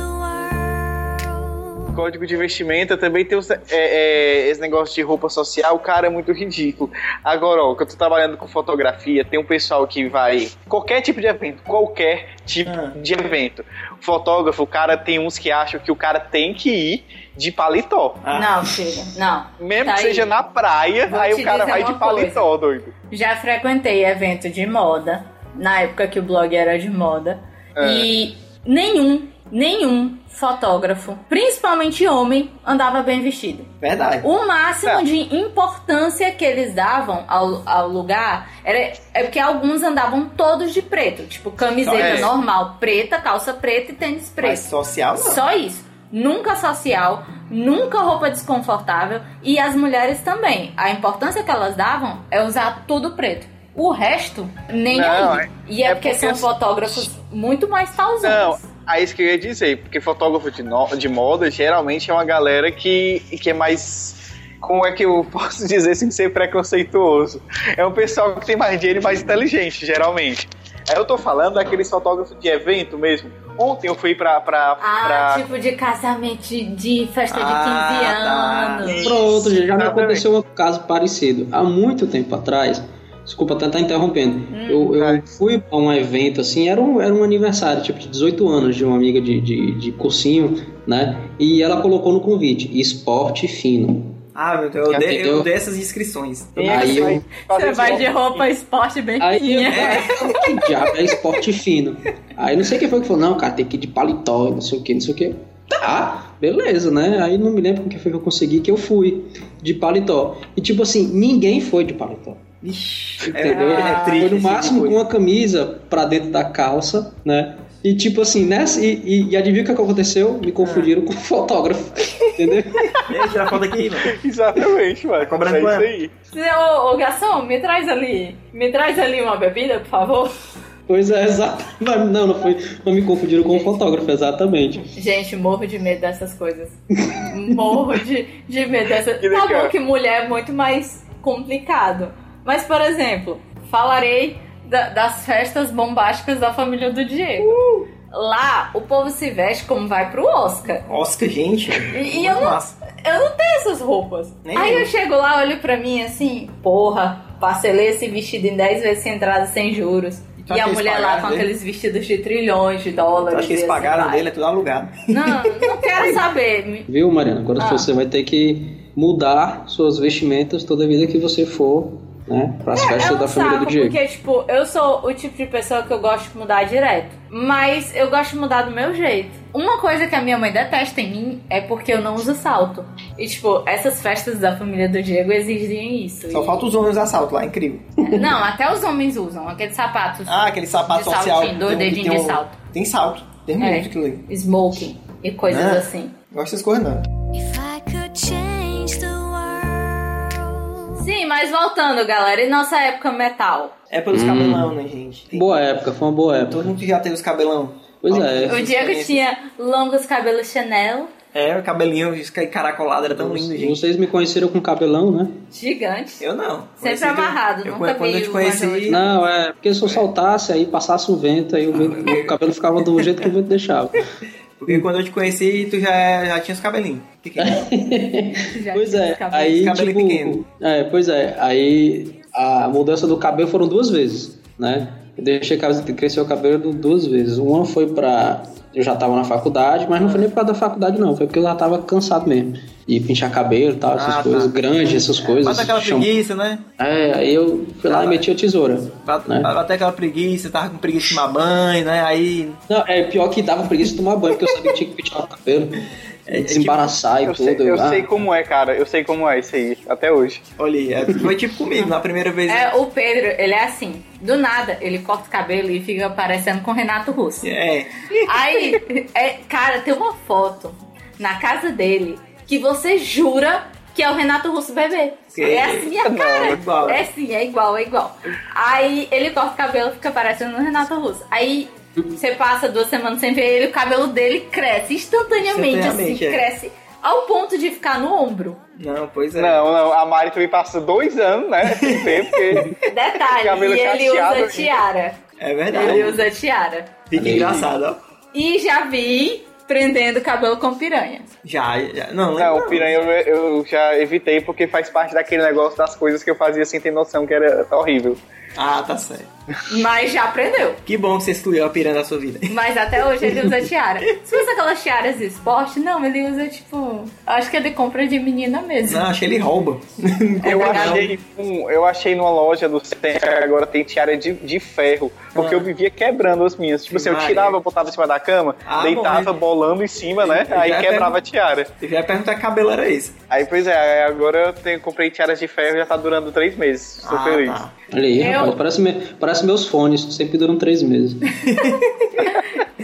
Speaker 6: world.
Speaker 3: Código de vestimenta também tem os- é, é, esse negócio de roupa social, cara, é muito ridículo. Agora, ó, que eu tô trabalhando com fotografia, tem um pessoal que vai. Qualquer tipo de evento, qualquer tipo
Speaker 2: Ah.
Speaker 3: de evento. Fotógrafo, o cara tem uns que acham que o cara tem que ir de paletó.
Speaker 2: Ah.
Speaker 1: Não, chega. Não.
Speaker 3: Mesmo
Speaker 1: Tá
Speaker 3: que
Speaker 1: aí.
Speaker 3: seja na praia,
Speaker 1: Vou
Speaker 3: aí
Speaker 1: te
Speaker 3: o cara
Speaker 1: dizer
Speaker 3: vai de
Speaker 1: uma coisa.
Speaker 3: paletó, doido.
Speaker 1: Já frequentei evento de moda, na época que o blog era de moda,
Speaker 3: É.
Speaker 1: e nenhum, nenhum fotógrafo, principalmente homem, andava bem vestido.
Speaker 2: Verdade.
Speaker 1: O máximo
Speaker 3: Tá.
Speaker 1: de importância que eles davam ao, ao lugar era é porque alguns andavam todos de preto, tipo camiseta
Speaker 3: É.
Speaker 1: normal preta, calça preta e tênis
Speaker 2: Mas
Speaker 1: preto.
Speaker 2: social não.
Speaker 1: Só isso. Nunca social, nunca roupa desconfortável e as mulheres também. A importância que elas davam é usar tudo preto. O resto, nem
Speaker 3: Não,
Speaker 1: aí. E é,
Speaker 3: é
Speaker 1: porque,
Speaker 3: porque
Speaker 1: são
Speaker 3: as-
Speaker 1: fotógrafos muito mais
Speaker 3: Não,
Speaker 1: pausantes.
Speaker 3: é isso que eu ia dizer, porque fotógrafo de, no- de moda geralmente é uma galera que, que é mais. Como é que eu (laughs) posso dizer sem ser preconceituoso? É um pessoal que tem mais dinheiro e mais inteligente, geralmente. Aí Eu tô falando daqueles fotógrafos de evento mesmo. Ontem eu fui pra. pra,
Speaker 1: Ah,
Speaker 3: pra-
Speaker 1: tipo de casamento, de- de festa de 15
Speaker 2: Ah, tá.
Speaker 1: anos.
Speaker 4: Pronto, gente, já me
Speaker 3: Exatamente.
Speaker 4: aconteceu um caso parecido. Há muito tempo atrás, desculpa até estar interrompendo, eu, eu
Speaker 3: vai.
Speaker 4: fui a um evento assim, era um, era um aniversário, tipo de 18 anos, de uma amiga de, de, de cursinho, né? E ela colocou no convite, esporte fino.
Speaker 2: Ah, meu Deus, eu odeio, eu
Speaker 4: Entendeu?
Speaker 2: odeio essas inscrições.
Speaker 4: Aí eu,
Speaker 1: Você vai de roupa esporte bem
Speaker 4: aí eu, "Ah,
Speaker 1: fininha.
Speaker 4: que diabo é esporte fino? Aí não sei quem foi que falou, não, cara, tem que ir de paletó, não sei o que, não sei o que. Tá, beleza, né? Aí não me lembro com que foi que eu consegui, que eu fui de paletó. E tipo assim, ninguém foi de paletó.
Speaker 2: Ixi, é,
Speaker 4: Entendeu?
Speaker 2: é triste.
Speaker 4: Ah, Foi no
Speaker 2: esse
Speaker 4: máximo
Speaker 2: tipo
Speaker 4: com
Speaker 2: de coisa.
Speaker 4: uma camisa pra dentro da calça, né? E tipo assim, nessa. E, e, e adivinha o que aconteceu? Me confundiram
Speaker 2: Ah.
Speaker 4: com um fotógrafo. (laughs) Entendeu?
Speaker 2: Deixa eu tirar foto É, aqui, mano.
Speaker 3: (laughs) Exatamente, mano.
Speaker 2: cobrando
Speaker 3: é isso
Speaker 2: quanto?
Speaker 3: aí.
Speaker 1: Ô, ô, garçom, me traz ali. Me traz ali uma bebida, por favor.
Speaker 4: Pois é, exato. Mas Não, não foi. Não me confundiram com um fotógrafo, exatamente.
Speaker 1: Gente, morro de medo dessas coisas. (laughs) morro de, de medo dessas.
Speaker 3: Que
Speaker 1: Tá bom
Speaker 3: legal.
Speaker 1: que mulher é muito mais complicado. Mas, por exemplo, falarei da- das festas bombásticas da família do Diego.
Speaker 2: Uh!
Speaker 1: Lá, o povo se veste como vai pro Oscar.
Speaker 2: Oscar, gente.
Speaker 1: E, e eu não
Speaker 2: Nossa.
Speaker 1: Eu não tenho essas roupas.
Speaker 2: Nem
Speaker 1: Aí
Speaker 2: eu.
Speaker 1: eu chego lá, olho pra mim assim, porra, parcelei esse vestido em 10 vezes sem entrada, sem juros.
Speaker 2: Então
Speaker 1: e a
Speaker 2: aqueles
Speaker 1: mulher lá
Speaker 2: pagaram
Speaker 1: com
Speaker 2: dele?
Speaker 1: aqueles vestidos de trilhões de dólares.
Speaker 2: Acho que
Speaker 1: e
Speaker 2: eles
Speaker 1: assim
Speaker 2: pagaram
Speaker 1: vai.
Speaker 2: dele, é tudo alugado.
Speaker 1: Não, não
Speaker 2: (laughs)
Speaker 1: quero saber. Me-
Speaker 4: Viu, Mariana? Agora
Speaker 1: Ah.
Speaker 4: você vai ter que mudar suas vestimentas toda vida que você for, né? Pras
Speaker 1: É
Speaker 4: festas
Speaker 1: um
Speaker 4: da família
Speaker 1: saco,
Speaker 4: do Diego.
Speaker 1: porque, tipo, eu sou o tipo de pessoa que eu gosto de mudar direto. Mas eu gosto de mudar do meu jeito. Uma coisa que a minha mãe detesta em mim é porque eu não uso salto. E, tipo, essas festas da família do Diego exigem isso.
Speaker 2: Só
Speaker 1: E-
Speaker 2: falta os homens assalto lá, incrível.
Speaker 1: Não, até os homens usam aqueles sapatos.
Speaker 2: Ah, aquele
Speaker 1: De
Speaker 2: sapato social.
Speaker 1: saltinho, dois
Speaker 2: que tem um-
Speaker 1: dedinhos
Speaker 2: tem
Speaker 1: de
Speaker 2: um-
Speaker 1: salto.
Speaker 2: Tem salto. Tem
Speaker 1: É.
Speaker 2: muito aquilo ali. Não
Speaker 1: smoking e coisas
Speaker 2: Né?
Speaker 1: assim.
Speaker 2: gosto dessas coisas, não.
Speaker 6: If I could change the world.
Speaker 1: Sim, mas voltando, galera, e nossa época metal?
Speaker 2: É pelos
Speaker 4: Hum.
Speaker 2: cabelão, né, gente? Tem-
Speaker 4: Boa época, foi uma boa época.
Speaker 2: Todo mundo que já teve os cabelão.
Speaker 4: Pois é.
Speaker 1: O Diego
Speaker 2: experiências.
Speaker 1: tinha longos cabelos Chanel,
Speaker 2: É, o cabelinho caracolado era tão lindo, gente.
Speaker 4: Vocês me conheceram com cabelão, né?
Speaker 1: gigante.
Speaker 2: Eu não.
Speaker 1: Sempre
Speaker 2: Conheci-
Speaker 1: amarrado,
Speaker 2: eu,
Speaker 1: nunca
Speaker 2: Quando
Speaker 1: vi
Speaker 2: eu te
Speaker 1: o
Speaker 2: conheci,
Speaker 1: Major.
Speaker 4: Não, é porque se eu soltasse aí, passasse o vento, aí o,
Speaker 2: Ah.
Speaker 4: vento- o cabelo ficava do jeito que o vento deixava.
Speaker 2: porque quando eu te conheci, tu já, já tinha os cabelinhos.
Speaker 3: É.
Speaker 2: Pequeno.
Speaker 1: (laughs) Já
Speaker 4: Pois
Speaker 1: tinha
Speaker 4: é,
Speaker 1: os cabelos.
Speaker 4: aí
Speaker 2: Cabelo pequeno.
Speaker 4: tipo, é, pois é, aí a mudança do cabelo foram duas vezes, né? Eu deixei cres- crescer o cabelo duas vezes. Uma foi pra eu já tava na faculdade, mas não foi nem por causa da faculdade não, foi porque eu já tava cansado mesmo. E pinchar cabelo, e tal, essas
Speaker 2: Ah, tá.
Speaker 4: coisas, grande, essas coisas.
Speaker 2: Bate aquela
Speaker 4: shampoo.
Speaker 2: preguiça, né?
Speaker 4: É, aí eu fui lá e meti a tesoura.
Speaker 2: Bate,
Speaker 3: É.
Speaker 4: Né?
Speaker 2: bate aquela preguiça, tava com preguiça de tomar banho, né? Aí.
Speaker 4: Não, é pior que dava preguiça de tomar banho, porque eu sabia que tinha que pentear o cabelo,
Speaker 3: (laughs)
Speaker 4: desembaraçar e
Speaker 3: É, tipo, Eu,
Speaker 4: tudo.
Speaker 3: sei, eu
Speaker 4: ah.
Speaker 3: sei como é, cara. Eu sei como é isso aí, até hoje.
Speaker 2: Olha, aí, é, foi tipo comigo, na primeira vez.
Speaker 1: É, o Pedro, ele é assim. Do nada, ele corta o cabelo e fica parecendo com o Renato
Speaker 2: (laughs)
Speaker 1: Russo.
Speaker 2: É.
Speaker 1: Aí, é, cara, tem uma foto na casa dele que você jura que é o Renato Russo bebê.
Speaker 2: Que-
Speaker 1: É assim a cara.
Speaker 2: Não, é igual.
Speaker 1: É sim, é igual, é igual. Aí ele corta o cabelo fica parecendo o Renato Russo. Aí você passa duas semanas sem ver ele, o cabelo dele cresce instantaneamente, assim,
Speaker 2: Instantaneamente, é.
Speaker 1: cresce ao ponto de ficar no ombro.
Speaker 2: Não, pois é.
Speaker 3: Não, não. A Mari também passa dois anos, né? Sem ver,
Speaker 2: (laughs)
Speaker 3: porque.
Speaker 1: Detalhe,
Speaker 3: Cabelo
Speaker 1: e ele
Speaker 3: cacheado,
Speaker 1: usa
Speaker 3: gente.
Speaker 1: tiara.
Speaker 2: É
Speaker 1: Ele
Speaker 2: verdade.
Speaker 1: usa tiara.
Speaker 2: Fica
Speaker 3: É.
Speaker 2: engraçado, ó.
Speaker 1: E já vi prendendo cabelo com piranha.
Speaker 2: Já, já. Não,
Speaker 3: Não,
Speaker 2: lembra?
Speaker 3: Ah, o piranha eu, eu já evitei porque faz parte daquele negócio das coisas que eu fazia sem ter noção que era horrível.
Speaker 2: Ah, tá certo.
Speaker 1: Mas já aprendeu.
Speaker 2: Que bom que você excluiu a piranha da sua vida. (laughs)
Speaker 1: Mas até hoje ele usa tiara. Se usa aquelas tiaras de esporte, não, ele usa tipo. Acho que ele compra de menina mesmo.
Speaker 2: Não, acho que ele rouba.
Speaker 3: Eu
Speaker 1: Obrigado.
Speaker 3: achei, um- eu achei numa loja do centro agora tem tiara de, de ferro, porque
Speaker 2: Ah.
Speaker 3: eu vivia quebrando as minhas. Tipo assim, eu
Speaker 2: Maria.
Speaker 3: tirava, botava em cima da cama,
Speaker 2: Ah,
Speaker 3: deitava,
Speaker 2: bom,
Speaker 3: bolando em cima,
Speaker 2: (laughs)
Speaker 3: né?
Speaker 2: Eu
Speaker 3: Aí
Speaker 2: já
Speaker 3: quebrava a tiara.
Speaker 2: Eu já ia perguntar que cabelo era esse.
Speaker 3: Aí, pois é, aí agora eu tenho, comprei tiaras de ferro e já tá durando três meses. Tô
Speaker 2: Ah,
Speaker 3: feliz.
Speaker 2: tá.
Speaker 4: Olha aí,
Speaker 1: Eu-
Speaker 4: rapaz, parece, me- parece meus fones, sempre duram três meses.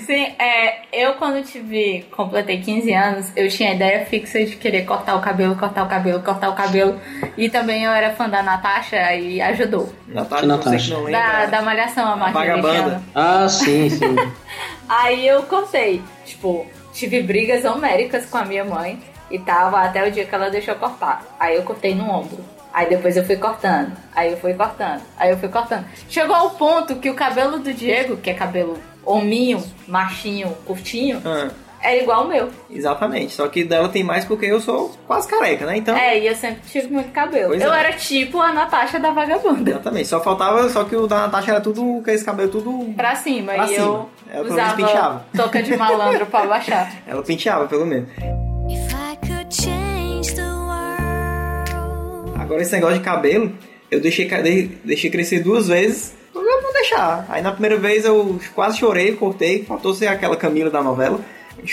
Speaker 1: Sim, é, eu quando tive, completei 15 anos, eu tinha a ideia fixa de querer cortar o cabelo, cortar o cabelo, cortar o cabelo. E também eu era fã da Natasha e ajudou.
Speaker 2: Natasha,
Speaker 4: Que Natasha?
Speaker 2: você que não lembra. né?
Speaker 1: Da, da Malhação, a máquina
Speaker 2: Vagabanda.
Speaker 1: mexicana.
Speaker 4: Ah,
Speaker 3: (laughs)
Speaker 4: sim, sim.
Speaker 1: Aí eu cortei. Tipo, tive brigas homéricas com a minha mãe e tava até o dia que ela deixou cortar. Aí eu cortei no ombro. Aí depois eu fui cortando, aí eu fui cortando, aí eu fui cortando. Chegou ao ponto que o cabelo do Diego, que é cabelo hominho, machinho, curtinho,
Speaker 2: Ah,
Speaker 1: era igual ao meu.
Speaker 2: exatamente. Só que dela tem mais porque eu sou quase careca, né? Então.
Speaker 1: É, e eu sempre tive muito cabelo.
Speaker 2: Pois
Speaker 1: eu
Speaker 2: é.
Speaker 1: era tipo a Natasha da vagabunda.
Speaker 2: Exatamente. Só faltava, só que o da Natasha era tudo, com esse cabelo tudo.
Speaker 1: Pra cima,
Speaker 2: Pra
Speaker 1: e
Speaker 2: cima.
Speaker 1: eu
Speaker 2: É, pelo menos
Speaker 1: usava
Speaker 2: penteava.
Speaker 1: touca de malandro pra baixar.
Speaker 2: Ela penteava, pelo menos.
Speaker 6: If I could change the world.
Speaker 2: Agora esse negócio de cabelo, eu deixei, ca- de- deixei crescer duas vezes. Eu falei, "Eu vou deixar. Aí na primeira vez eu quase chorei, cortei, faltou ser aquela Camila da novela.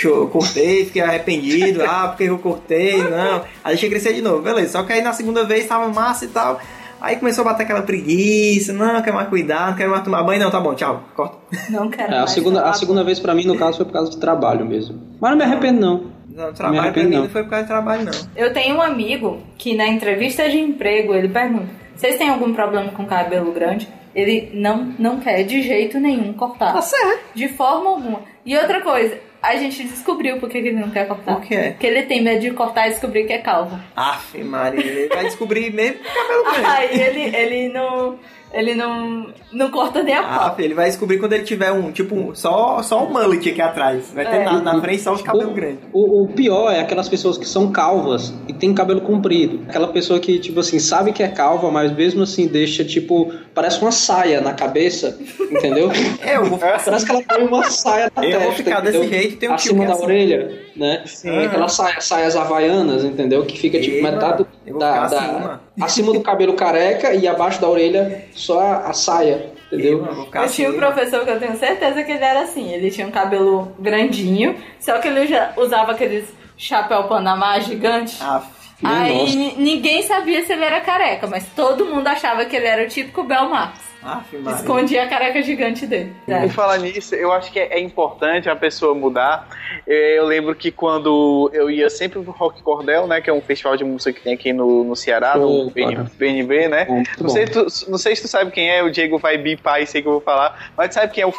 Speaker 2: Eu cortei, fiquei arrependido, (laughs) ah, porque eu cortei, não. Aí deixei crescer de novo, beleza. Só que aí na segunda vez tava massa e tal. Aí começou a bater aquela preguiça, não, quero mais cuidar, não quero mais tomar banho, não, tá bom, tchau, corta.
Speaker 1: Não quero
Speaker 4: É, a,
Speaker 1: mais
Speaker 4: segunda, a
Speaker 3: tá
Speaker 1: falar.
Speaker 4: segunda vez pra mim, no caso, foi por causa de trabalho mesmo. Mas não me arrependo, não.
Speaker 2: Não,
Speaker 4: Me
Speaker 2: trabalho pra
Speaker 4: arrependo,
Speaker 2: mim não
Speaker 4: não.
Speaker 2: foi por causa de trabalho, não.
Speaker 1: Eu tenho um amigo que na entrevista de emprego ele pergunta: vocês têm algum problema com cabelo grande? Ele não, não quer de jeito nenhum cortar.
Speaker 2: Tá certo.
Speaker 1: De forma alguma. E outra coisa, a gente descobriu por que que ele não quer cortar.
Speaker 2: Por quê?
Speaker 1: Porque ele tem medo de cortar e descobrir que é calvo.
Speaker 2: Aff, Maria, ele vai descobrir mesmo com cabelo grande.
Speaker 1: Aí ele, ele não. Ele não. não corta nem a
Speaker 2: Ah,
Speaker 1: pau.
Speaker 2: filho, ele vai descobrir quando ele tiver um, tipo, um- só, só um mullet aqui atrás. Vai ter
Speaker 1: É.
Speaker 2: na, na frente só os cabelos grandes.
Speaker 4: O, o pior é aquelas pessoas que são calvas e tem cabelo comprido. Aquela pessoa que, tipo assim, sabe que é calva, mas mesmo assim deixa, tipo, parece uma saia na cabeça,
Speaker 3: (laughs)
Speaker 4: entendeu?
Speaker 2: Eu vou ficar assim.
Speaker 4: parece que ela põe uma saia
Speaker 2: (laughs)
Speaker 4: na
Speaker 2: Eu
Speaker 4: testa,
Speaker 2: vou ficar desse
Speaker 4: entendeu?
Speaker 2: jeito, tem um tio
Speaker 4: Acima
Speaker 2: que é
Speaker 4: da
Speaker 2: assim.
Speaker 4: orelha, né?
Speaker 2: Sim.
Speaker 4: Aquelas saia, saias havaianas, entendeu? Que fica, tipo,
Speaker 2: Ei,
Speaker 4: metade
Speaker 2: mano, eu vou
Speaker 4: da,
Speaker 2: ficar
Speaker 4: da-
Speaker 2: assim, mano.
Speaker 4: acima do cabelo careca e abaixo da orelha só a, a saia, entendeu?
Speaker 2: Eu vou ficar
Speaker 1: Eu tinha um
Speaker 2: assim.
Speaker 1: professor que eu tenho certeza que ele era assim. Ele tinha um cabelo grandinho, só que ele já usava aqueles chapéu panamá
Speaker 2: Ah,
Speaker 1: gigante.
Speaker 2: Aff.
Speaker 4: Minha
Speaker 1: Aí
Speaker 4: nossa.
Speaker 1: ni- ninguém sabia se ele era careca, mas todo mundo achava que ele era o típico Bel Marx.
Speaker 2: Aff, Maria. É.
Speaker 1: Escondia a careca gigante dele.
Speaker 4: É.
Speaker 3: E falar nisso, eu acho que é é importante a pessoa mudar. Eh, Eu lembro que quando eu ia sempre pro Rock Cordel, né? Que é um festival de música que tem aqui no, no Ceará, no
Speaker 4: Opa.
Speaker 3: PN- PNB, né?
Speaker 4: Bom, muito
Speaker 3: Não
Speaker 4: bom.
Speaker 3: sei, tu- não sei se tu sabe quem é, o Diego vai bipar e sei que eu vou falar, mas tu sabe quem é o (laughs) f...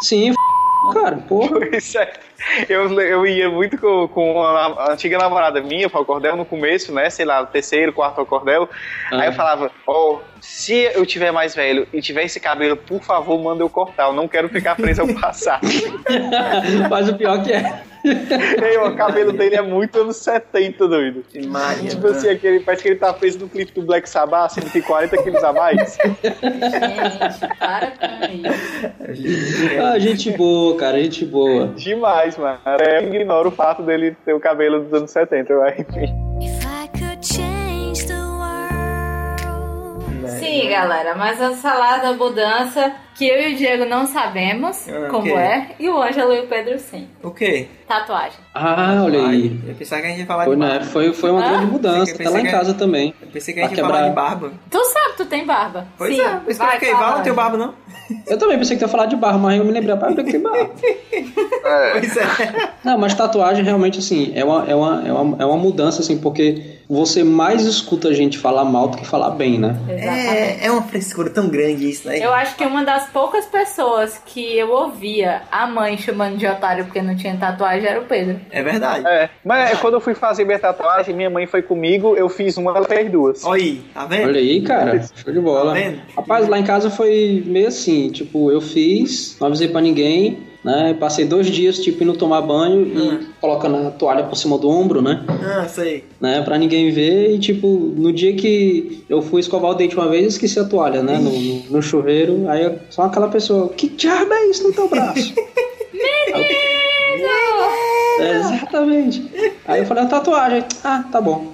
Speaker 4: Sim, f... cara, porra.
Speaker 3: Isso é. eu, eu ia muito com, com a, na- a antiga namorada minha pro cordel no começo, né? Sei lá, terceiro, quarto cordel.
Speaker 4: Ah.
Speaker 3: Aí eu falava, ó, se eu tiver mais velho e tiver esse cabelo, por favor, manda eu cortar. Eu não quero ficar preso ao passado.
Speaker 4: (laughs) Mas o pior que é.
Speaker 3: Ei, o cabelo dele é muito anos 70, doido.
Speaker 2: Maria.
Speaker 3: Tipo assim, aquele, parece que ele tá preso no clipe do Black Sabbath, assim, ele tem 40 quilos a (laughs) mais.
Speaker 1: Gente, para com isso.
Speaker 4: Ah, gente boa, cara, gente boa.
Speaker 3: Demais, mano. Eu ignoro o fato dele ter o cabelo dos anos 70, mas enfim.
Speaker 6: If I could change the world.
Speaker 2: Né?
Speaker 1: Sim, galera, mas a salada mudança que eu e o Diego não sabemos
Speaker 2: Ah,
Speaker 1: como
Speaker 2: ok.
Speaker 1: é, e o Ângelo e o Pedro sim.
Speaker 2: O quê?
Speaker 1: Tatuagem.
Speaker 4: Ah, olha aí.
Speaker 2: Ai, Eu pensava que a gente ia falar
Speaker 4: Foi,
Speaker 2: de
Speaker 4: né?
Speaker 2: barba.
Speaker 4: foi, foi uma
Speaker 1: Ah,
Speaker 4: grande mudança.
Speaker 2: pensei
Speaker 4: Tá lá em
Speaker 2: que- é-
Speaker 4: casa também.
Speaker 2: Eu pensei que a gente ia
Speaker 4: Vai
Speaker 2: falar de
Speaker 4: quebrar.
Speaker 2: barba.
Speaker 1: Tu sabe, tu tem barba.
Speaker 2: Pois
Speaker 1: sim,
Speaker 2: é, por isso que eu
Speaker 1: vai,
Speaker 2: fiquei,
Speaker 1: fala.
Speaker 2: vai não tem barba não?
Speaker 4: Eu também pensei que tu ia falar de barro, mas eu me lembrei, pai, eu que barro.
Speaker 2: Pois é.
Speaker 4: Não, mas tatuagem realmente, assim, é uma, é, uma, é, uma, é uma mudança, assim, porque você mais escuta a gente falar mal do que falar bem, né?
Speaker 1: Exatamente.
Speaker 2: é. É uma frescura tão grande isso, né?
Speaker 1: Eu acho que uma das poucas pessoas que eu ouvia a mãe chamando de otário porque não tinha tatuagem era o Pedro.
Speaker 2: É verdade.
Speaker 3: É, mas quando eu fui fazer minha tatuagem, minha mãe foi comigo, eu fiz uma, ela fez duas.
Speaker 2: Olha aí, tá vendo?
Speaker 4: Olha aí, cara. Show de bola.
Speaker 2: Tá vendo?
Speaker 4: Rapaz, lá em casa foi meio assim, tipo, eu fiz, não avisei pra ninguém. né? Passei dois dias, tipo, indo tomar banho e
Speaker 2: Hum.
Speaker 4: colocando a toalha por cima do ombro, né?
Speaker 2: Ah, sei.
Speaker 4: né? Pra ninguém ver. E, tipo, no dia que eu fui escovar o dente uma vez, eu esqueci a toalha, né? No, no- no chuveiro. Aí eu- só aquela pessoa, que diabo é isso no teu braço? Menino! É, exatamente. Aí eu falei, a tatuagem. Ah, tá bom.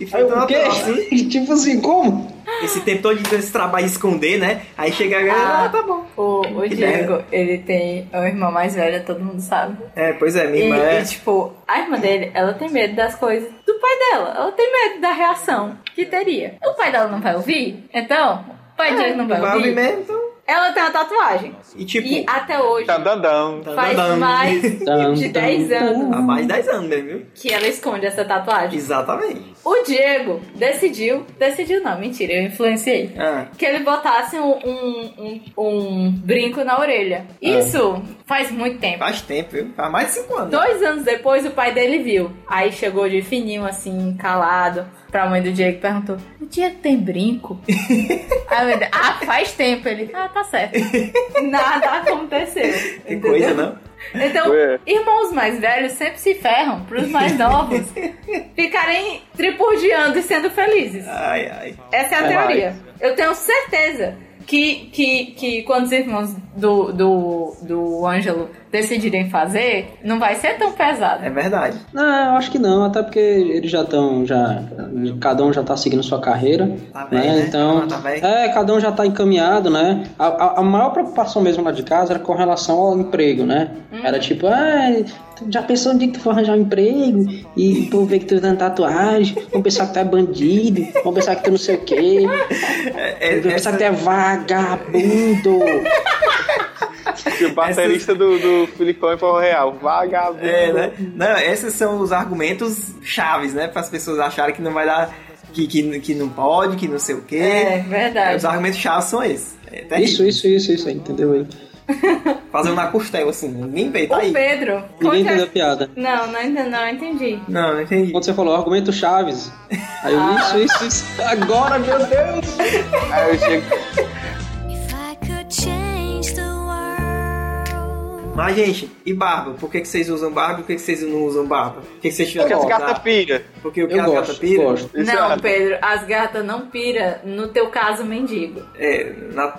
Speaker 2: E foi
Speaker 4: Aí eu,
Speaker 2: tão
Speaker 4: o quê?
Speaker 2: natural assim.
Speaker 4: (laughs) tipo assim, como?
Speaker 2: Esse tempo todo de dando esse trabalho de esconder, né? Aí chega a galera,
Speaker 1: Ah.
Speaker 2: ah, tá bom.
Speaker 1: O,
Speaker 2: (laughs)
Speaker 1: o Diego, ele tem é uma irmã mais velha, todo mundo sabe.
Speaker 2: É, pois é, minha
Speaker 1: E,
Speaker 2: irmã é.
Speaker 1: e, tipo, a irmã dele, ela tem medo das coisas do pai dela. Ela tem medo da reação que teria. O pai dela não vai ouvir? Então, o
Speaker 2: É,
Speaker 1: pai dele não vai,
Speaker 2: Vai
Speaker 1: ouvir.
Speaker 2: ouvir mesmo. então.
Speaker 1: Ela tem uma tatuagem.
Speaker 2: E tipo,
Speaker 1: e até hoje,
Speaker 3: Tandandão.
Speaker 2: tá
Speaker 1: faz
Speaker 2: andando.
Speaker 1: mais
Speaker 4: Tan,
Speaker 1: de
Speaker 4: tan,
Speaker 1: 10
Speaker 4: tan.
Speaker 2: Há
Speaker 1: anos
Speaker 2: mais de 10 anos mesmo, viu?
Speaker 1: que ela esconde essa tatuagem.
Speaker 2: Exatamente.
Speaker 1: O Diego decidiu, decidiu não, mentira, eu influenciei.
Speaker 2: Ah,
Speaker 1: Que ele botasse um, um, um, um brinco na orelha.
Speaker 2: Ah.
Speaker 1: Isso faz muito tempo.
Speaker 2: faz tempo, viu? Faz mais de 5 anos.
Speaker 1: Dois anos depois, o pai dele viu. Aí chegou de fininho, assim, calado, pra mãe do Diego e perguntou: O Diego tem brinco? Aí a mãe dele, ah, faz tempo. Ele, ah, tá certo. Nada aconteceu.
Speaker 2: Que
Speaker 1: entendeu?
Speaker 2: coisa, não?
Speaker 1: Então,
Speaker 3: Ué.
Speaker 1: irmãos mais velhos sempre se ferram pros mais novos ficarem tripurdiando e sendo felizes.
Speaker 2: Ai, ai.
Speaker 1: Essa é a
Speaker 4: Vai.
Speaker 1: teoria. Eu tenho certeza que, que, que quando os irmãos do, do, do Ângelo decidirem fazer, não vai ser tão pesado.
Speaker 2: É verdade.
Speaker 4: Não, eu acho que não, até porque eles já estão, já. Cada um já tá seguindo sua carreira.
Speaker 2: Tá
Speaker 4: né?
Speaker 2: bem, né?
Speaker 4: Então.
Speaker 2: Tá bem.
Speaker 4: é, cada um já tá encaminhado, né? A, a- a maior preocupação mesmo lá de casa era com relação ao emprego, né? Era tipo, ah, tu já pensou onde que tu for arranjar um emprego? E tu vê que tu tá dando tatuagem, vão pensar que tu é bandido, vão pensar que tu não sei o quê,
Speaker 2: É, é,
Speaker 4: vão pensar que
Speaker 2: essa,
Speaker 4: tu é
Speaker 2: (laughs)
Speaker 4: vagabundo.
Speaker 3: E o baterista do, do Filipão em Porro Real. Vagabundo.
Speaker 2: é, né? Não, esses são os argumentos chaves, né? Para as pessoas acharem que não vai dar. Que, que, que não pode, que não sei o quê.
Speaker 1: É,
Speaker 2: Os
Speaker 1: verdade.
Speaker 2: argumentos chaves são esses. É até
Speaker 4: Isso, isso, isso, isso, aí, entendeu aí?
Speaker 2: Fazendo na costela, assim. Ninguém vê, tá
Speaker 1: O
Speaker 2: aí.
Speaker 1: Pedro.
Speaker 4: Ninguém
Speaker 1: conta-
Speaker 4: entendeu a piada.
Speaker 1: Não, não entendi. Não, entendi.
Speaker 2: Não, não entendi.
Speaker 4: Quando você falou argumento Chaves, aí
Speaker 2: Ah.
Speaker 4: eu, isso, isso, isso, agora, meu Deus!
Speaker 3: Aí eu chego.
Speaker 6: If I could change the world,
Speaker 2: Mas, gente, e barba? Por que, que vocês usam barba e por que, que vocês não usam barba? Por que, que vocês tiram
Speaker 3: Porque as
Speaker 2: barba?
Speaker 3: catapira.
Speaker 2: Porque o que
Speaker 4: Eu
Speaker 2: as
Speaker 4: gosto,
Speaker 2: gatas pira?
Speaker 4: gosto.
Speaker 3: é
Speaker 1: Não, Pedro, as gatas não pira no teu caso mendigo.
Speaker 2: É, na, na,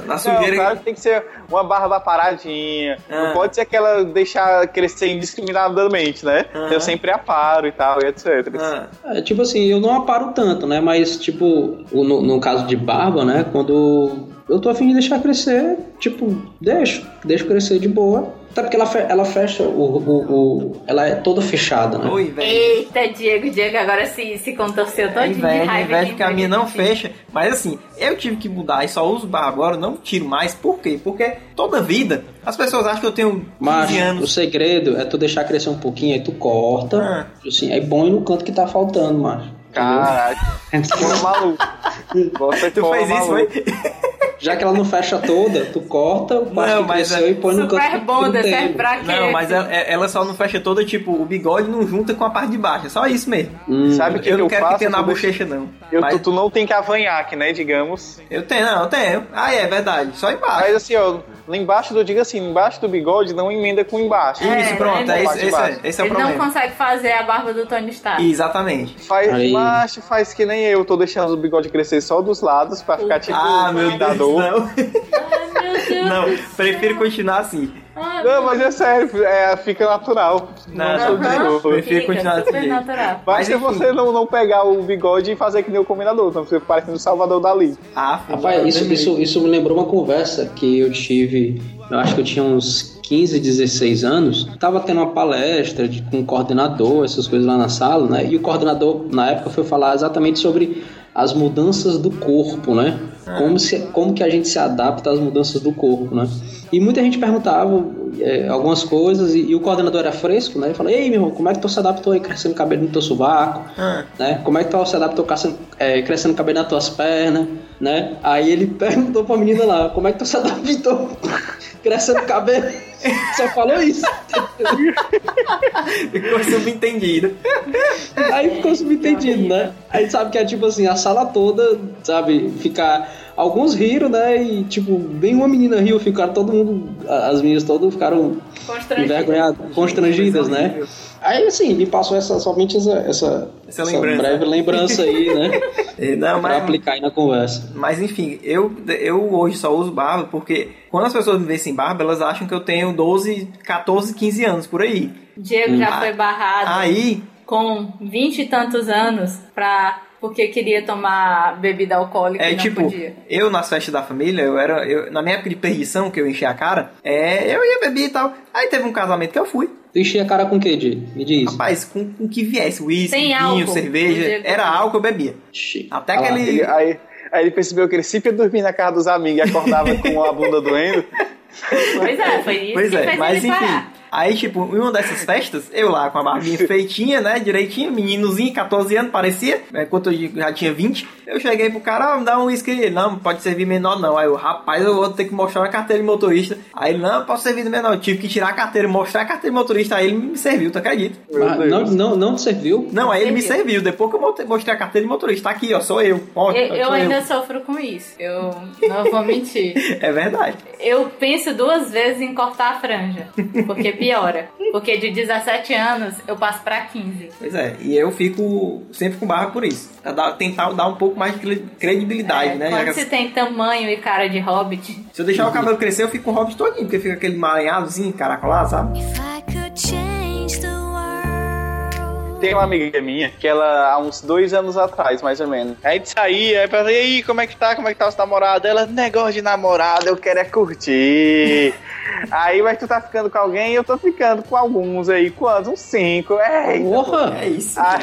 Speaker 2: na
Speaker 3: Não,
Speaker 2: sujeira.
Speaker 3: claro que tem que ser uma barba paradinha.
Speaker 2: Ah.
Speaker 3: Não pode ser aquela deixar crescer indiscriminadamente, né?
Speaker 2: Aham.
Speaker 3: Eu sempre aparo e tal, e etc.
Speaker 2: Ah,
Speaker 4: É, tipo assim, eu não aparo tanto, né? Mas, tipo, o- no, no caso de barba, né? Quando eu tô afim de deixar crescer, tipo, deixo, deixo crescer de boa. Até porque ela, fe- ela fecha o, o- o- Ela é toda fechada, né?
Speaker 2: oi, velho.
Speaker 1: Eita, Diego, Diego agora se, se contorceu
Speaker 2: É
Speaker 1: todinho de
Speaker 2: inveja,
Speaker 1: raiva.
Speaker 2: inveja,
Speaker 1: que
Speaker 2: porque a minha
Speaker 1: inveja
Speaker 2: não
Speaker 1: que eu fiz.
Speaker 2: fecha. Mas assim, eu tive que mudar e só uso barba agora, eu não tiro mais. Por quê? Porque toda vida as pessoas acham que eu tenho 15
Speaker 4: Mas o
Speaker 2: anos.
Speaker 4: segredo é tu deixar crescer um pouquinho, aí tu corta.
Speaker 2: Ah,
Speaker 4: Assim, aí põe no canto que tá faltando, macho.
Speaker 3: Caraca,
Speaker 2: (laughs)
Speaker 3: porra maluco. Você
Speaker 2: tu fez isso,
Speaker 3: é maluco.
Speaker 2: foi?
Speaker 4: Já que ela não fecha toda, tu corta o parte
Speaker 2: Não,
Speaker 4: que
Speaker 2: mas
Speaker 4: cresceu
Speaker 2: é
Speaker 4: e põe no canto
Speaker 1: Super
Speaker 4: que não
Speaker 1: bonda,
Speaker 4: tem.
Speaker 1: serve pra quê?
Speaker 2: Não, mas ela, ela só não fecha toda, tipo, o bigode não junta com a parte de baixo. É só isso mesmo.
Speaker 4: Hum,
Speaker 3: Sabe o que
Speaker 2: eu
Speaker 3: eu,
Speaker 2: não quero
Speaker 3: faço?
Speaker 2: que tenha na
Speaker 3: Eu deixo-
Speaker 2: bochecha, não.
Speaker 3: Eu,
Speaker 2: Mas-
Speaker 3: tu, tu não tem cavanhaque, né, digamos.
Speaker 2: Eu tenho, não, eu tenho. Ah, é verdade. Só embaixo.
Speaker 3: Mas assim, ó, lá embaixo do, diga assim, embaixo do bigode não emenda com embaixo.
Speaker 1: É,
Speaker 2: isso, pronto.
Speaker 1: né?
Speaker 2: É, esse,
Speaker 3: Parte de
Speaker 2: esse
Speaker 3: baixo.
Speaker 2: é, esse é o
Speaker 1: Ele não
Speaker 2: problema.
Speaker 1: consegue fazer a barba do Tony Stark.
Speaker 2: Exatamente.
Speaker 3: Faz,
Speaker 4: Aí.
Speaker 3: macho, faz que nem eu, tô deixando o bigode crescer só dos lados pra ficar tipo
Speaker 2: Ah, meu Deus,
Speaker 3: nadador.
Speaker 2: não.
Speaker 1: Ai, meu Deus.
Speaker 2: (laughs) Não,
Speaker 1: do céu. Ah,
Speaker 2: prefiro continuar assim.
Speaker 1: Ai,
Speaker 3: Não, mas é sério, é, fica natural.
Speaker 2: Não,
Speaker 3: sou de
Speaker 1: Aham,
Speaker 3: novo.
Speaker 2: prefiro
Speaker 1: fica
Speaker 2: continuar desse
Speaker 1: super
Speaker 2: jeito.
Speaker 1: natural.
Speaker 2: Mas
Speaker 3: Mas se
Speaker 2: enfim.
Speaker 3: você não, não pegar o bigode e fazer que nem o combinador, então você parece o Salvador Dali.
Speaker 2: Ah,
Speaker 4: Rapaz,
Speaker 2: filho,
Speaker 4: isso,
Speaker 2: meu
Speaker 4: isso, isso me lembrou uma conversa que eu tive, eu acho que eu tinha uns 15, 16 anos. Tava tendo uma palestra de- com um coordenador, essas coisas lá na sala, né? E o coordenador, na época, foi falar exatamente sobre as mudanças do corpo, né? Como, se, como que a gente se adapta às mudanças do corpo, né? E muita gente perguntava é, algumas coisas e, e o coordenador era fresco, né? Ele falou, ei, meu irmão, como é que tu se adaptou aí crescendo cabelo no teu sovaco?
Speaker 2: Ah,
Speaker 4: né? Como é que tu se adaptou crescendo, é, crescendo cabelo nas tuas pernas, né? Aí ele (laughs) perguntou pra menina lá, como é que tu se adaptou (laughs) crescendo cabelo? (laughs) Só falou isso.
Speaker 2: (laughs) Ficou subentendido.
Speaker 4: Aí ficou subentendido, né? Aí sabe que é tipo assim, a sala toda, sabe, ficar Alguns riram, né? E, tipo, bem uma menina riu, ficaram todo mundo. a- As meninas todas ficaram
Speaker 1: Constrangido.
Speaker 4: envergonhadas, constrangidas, né? Aí, assim, me passou essa, somente essa, essa,
Speaker 2: Essa lembrança.
Speaker 4: breve lembrança aí,
Speaker 2: (laughs)
Speaker 4: né?
Speaker 2: É, Não,
Speaker 4: pra
Speaker 2: mas,
Speaker 4: aplicar aí na conversa.
Speaker 2: mas enfim, eu, eu hoje só uso barba porque quando as pessoas me veem sem barba, elas acham que eu tenho 12, 14, 15 anos por aí.
Speaker 1: Diego
Speaker 2: Hum.
Speaker 1: já foi barrado
Speaker 2: Aí,
Speaker 1: com vinte e tantos anos pra. Porque queria tomar bebida alcoólica
Speaker 2: (laughs) É
Speaker 1: e não
Speaker 2: tipo,
Speaker 1: podia.
Speaker 2: eu nas festas da família, eu era. eu- na minha época de perdição, que eu enchia a cara, é, eu ia beber e tal. Aí teve um casamento que eu fui.
Speaker 4: Tu enchia a é cara com o quê, Di? Me diz.
Speaker 2: Rapaz, com o que viesse, uísque,
Speaker 1: Sem
Speaker 2: vinho,
Speaker 1: álcool. Eu
Speaker 2: cerveja,
Speaker 1: digo-
Speaker 2: era álcool, eu bebia.
Speaker 4: Ixi,
Speaker 2: Até
Speaker 4: olha lá.
Speaker 2: aquele-
Speaker 3: Ele- aí, aí ele percebeu que ele sempre ia dormir na casa dos amigos e acordava com a bunda doendo.
Speaker 1: Pois é, foi isso
Speaker 2: pois
Speaker 1: que
Speaker 2: é,
Speaker 1: fez
Speaker 2: mas
Speaker 1: ele
Speaker 2: enfim.
Speaker 1: parar.
Speaker 2: Aí, tipo, em uma dessas festas, eu lá com
Speaker 1: (laughs)
Speaker 2: a barbinha feitinha, né, direitinho, meninozinho, 14 anos, parecia, né, enquanto eu já tinha 20, eu cheguei pro cara, ah, me dá um uísque, aí. Ele, não, pode servir menor não. Aí eu, rapaz, eu vou ter que mostrar a carteira de motorista. Aí, ele, não, posso servir de menor. Eu tive que tirar a carteira, mostrar a carteira de motorista, aí ele me serviu, tu acredita?
Speaker 3: Meu
Speaker 4: Ah,
Speaker 3: Deus.
Speaker 4: não, não, não te serviu?
Speaker 2: Não, aí ele me
Speaker 1: Serviu.
Speaker 2: serviu, depois que eu mostrei- mostrei a carteira de motorista, tá aqui, ó, sou eu, ó,
Speaker 1: Eu, eu
Speaker 2: sou
Speaker 1: ainda sofro com isso. Eu não vou mentir.
Speaker 2: É verdade.
Speaker 1: Eu penso duas vezes em cortar a franja, porque piora. Porque de 17 anos eu passo pra 15.
Speaker 2: Pois é, e eu fico sempre com barra por isso. Pra dar- tentar dar um pouco mais de cre- credibilidade,
Speaker 1: É,
Speaker 2: né? Já
Speaker 1: Quando
Speaker 2: que-
Speaker 1: você tem tamanho e cara de hobbit,
Speaker 2: Se eu deixar o cabelo crescer, eu fico com o Hobbit todinho, porque fica aquele maranhadozinho, caracolado, sabe?
Speaker 6: If I could change the world.
Speaker 3: Tem uma amiga minha que ela, há uns dois anos atrás, mais ou menos, a gente saía, aí perguntava, e aí, como é que tá? Como é que tá os namorados? Ela, negócio de namorado, eu quero é curtir. aí, mas tu tá ficando com alguém? Eu tô ficando com alguns aí, quantos? Uns cinco, é.
Speaker 4: Porra!
Speaker 2: É isso.
Speaker 3: Ah,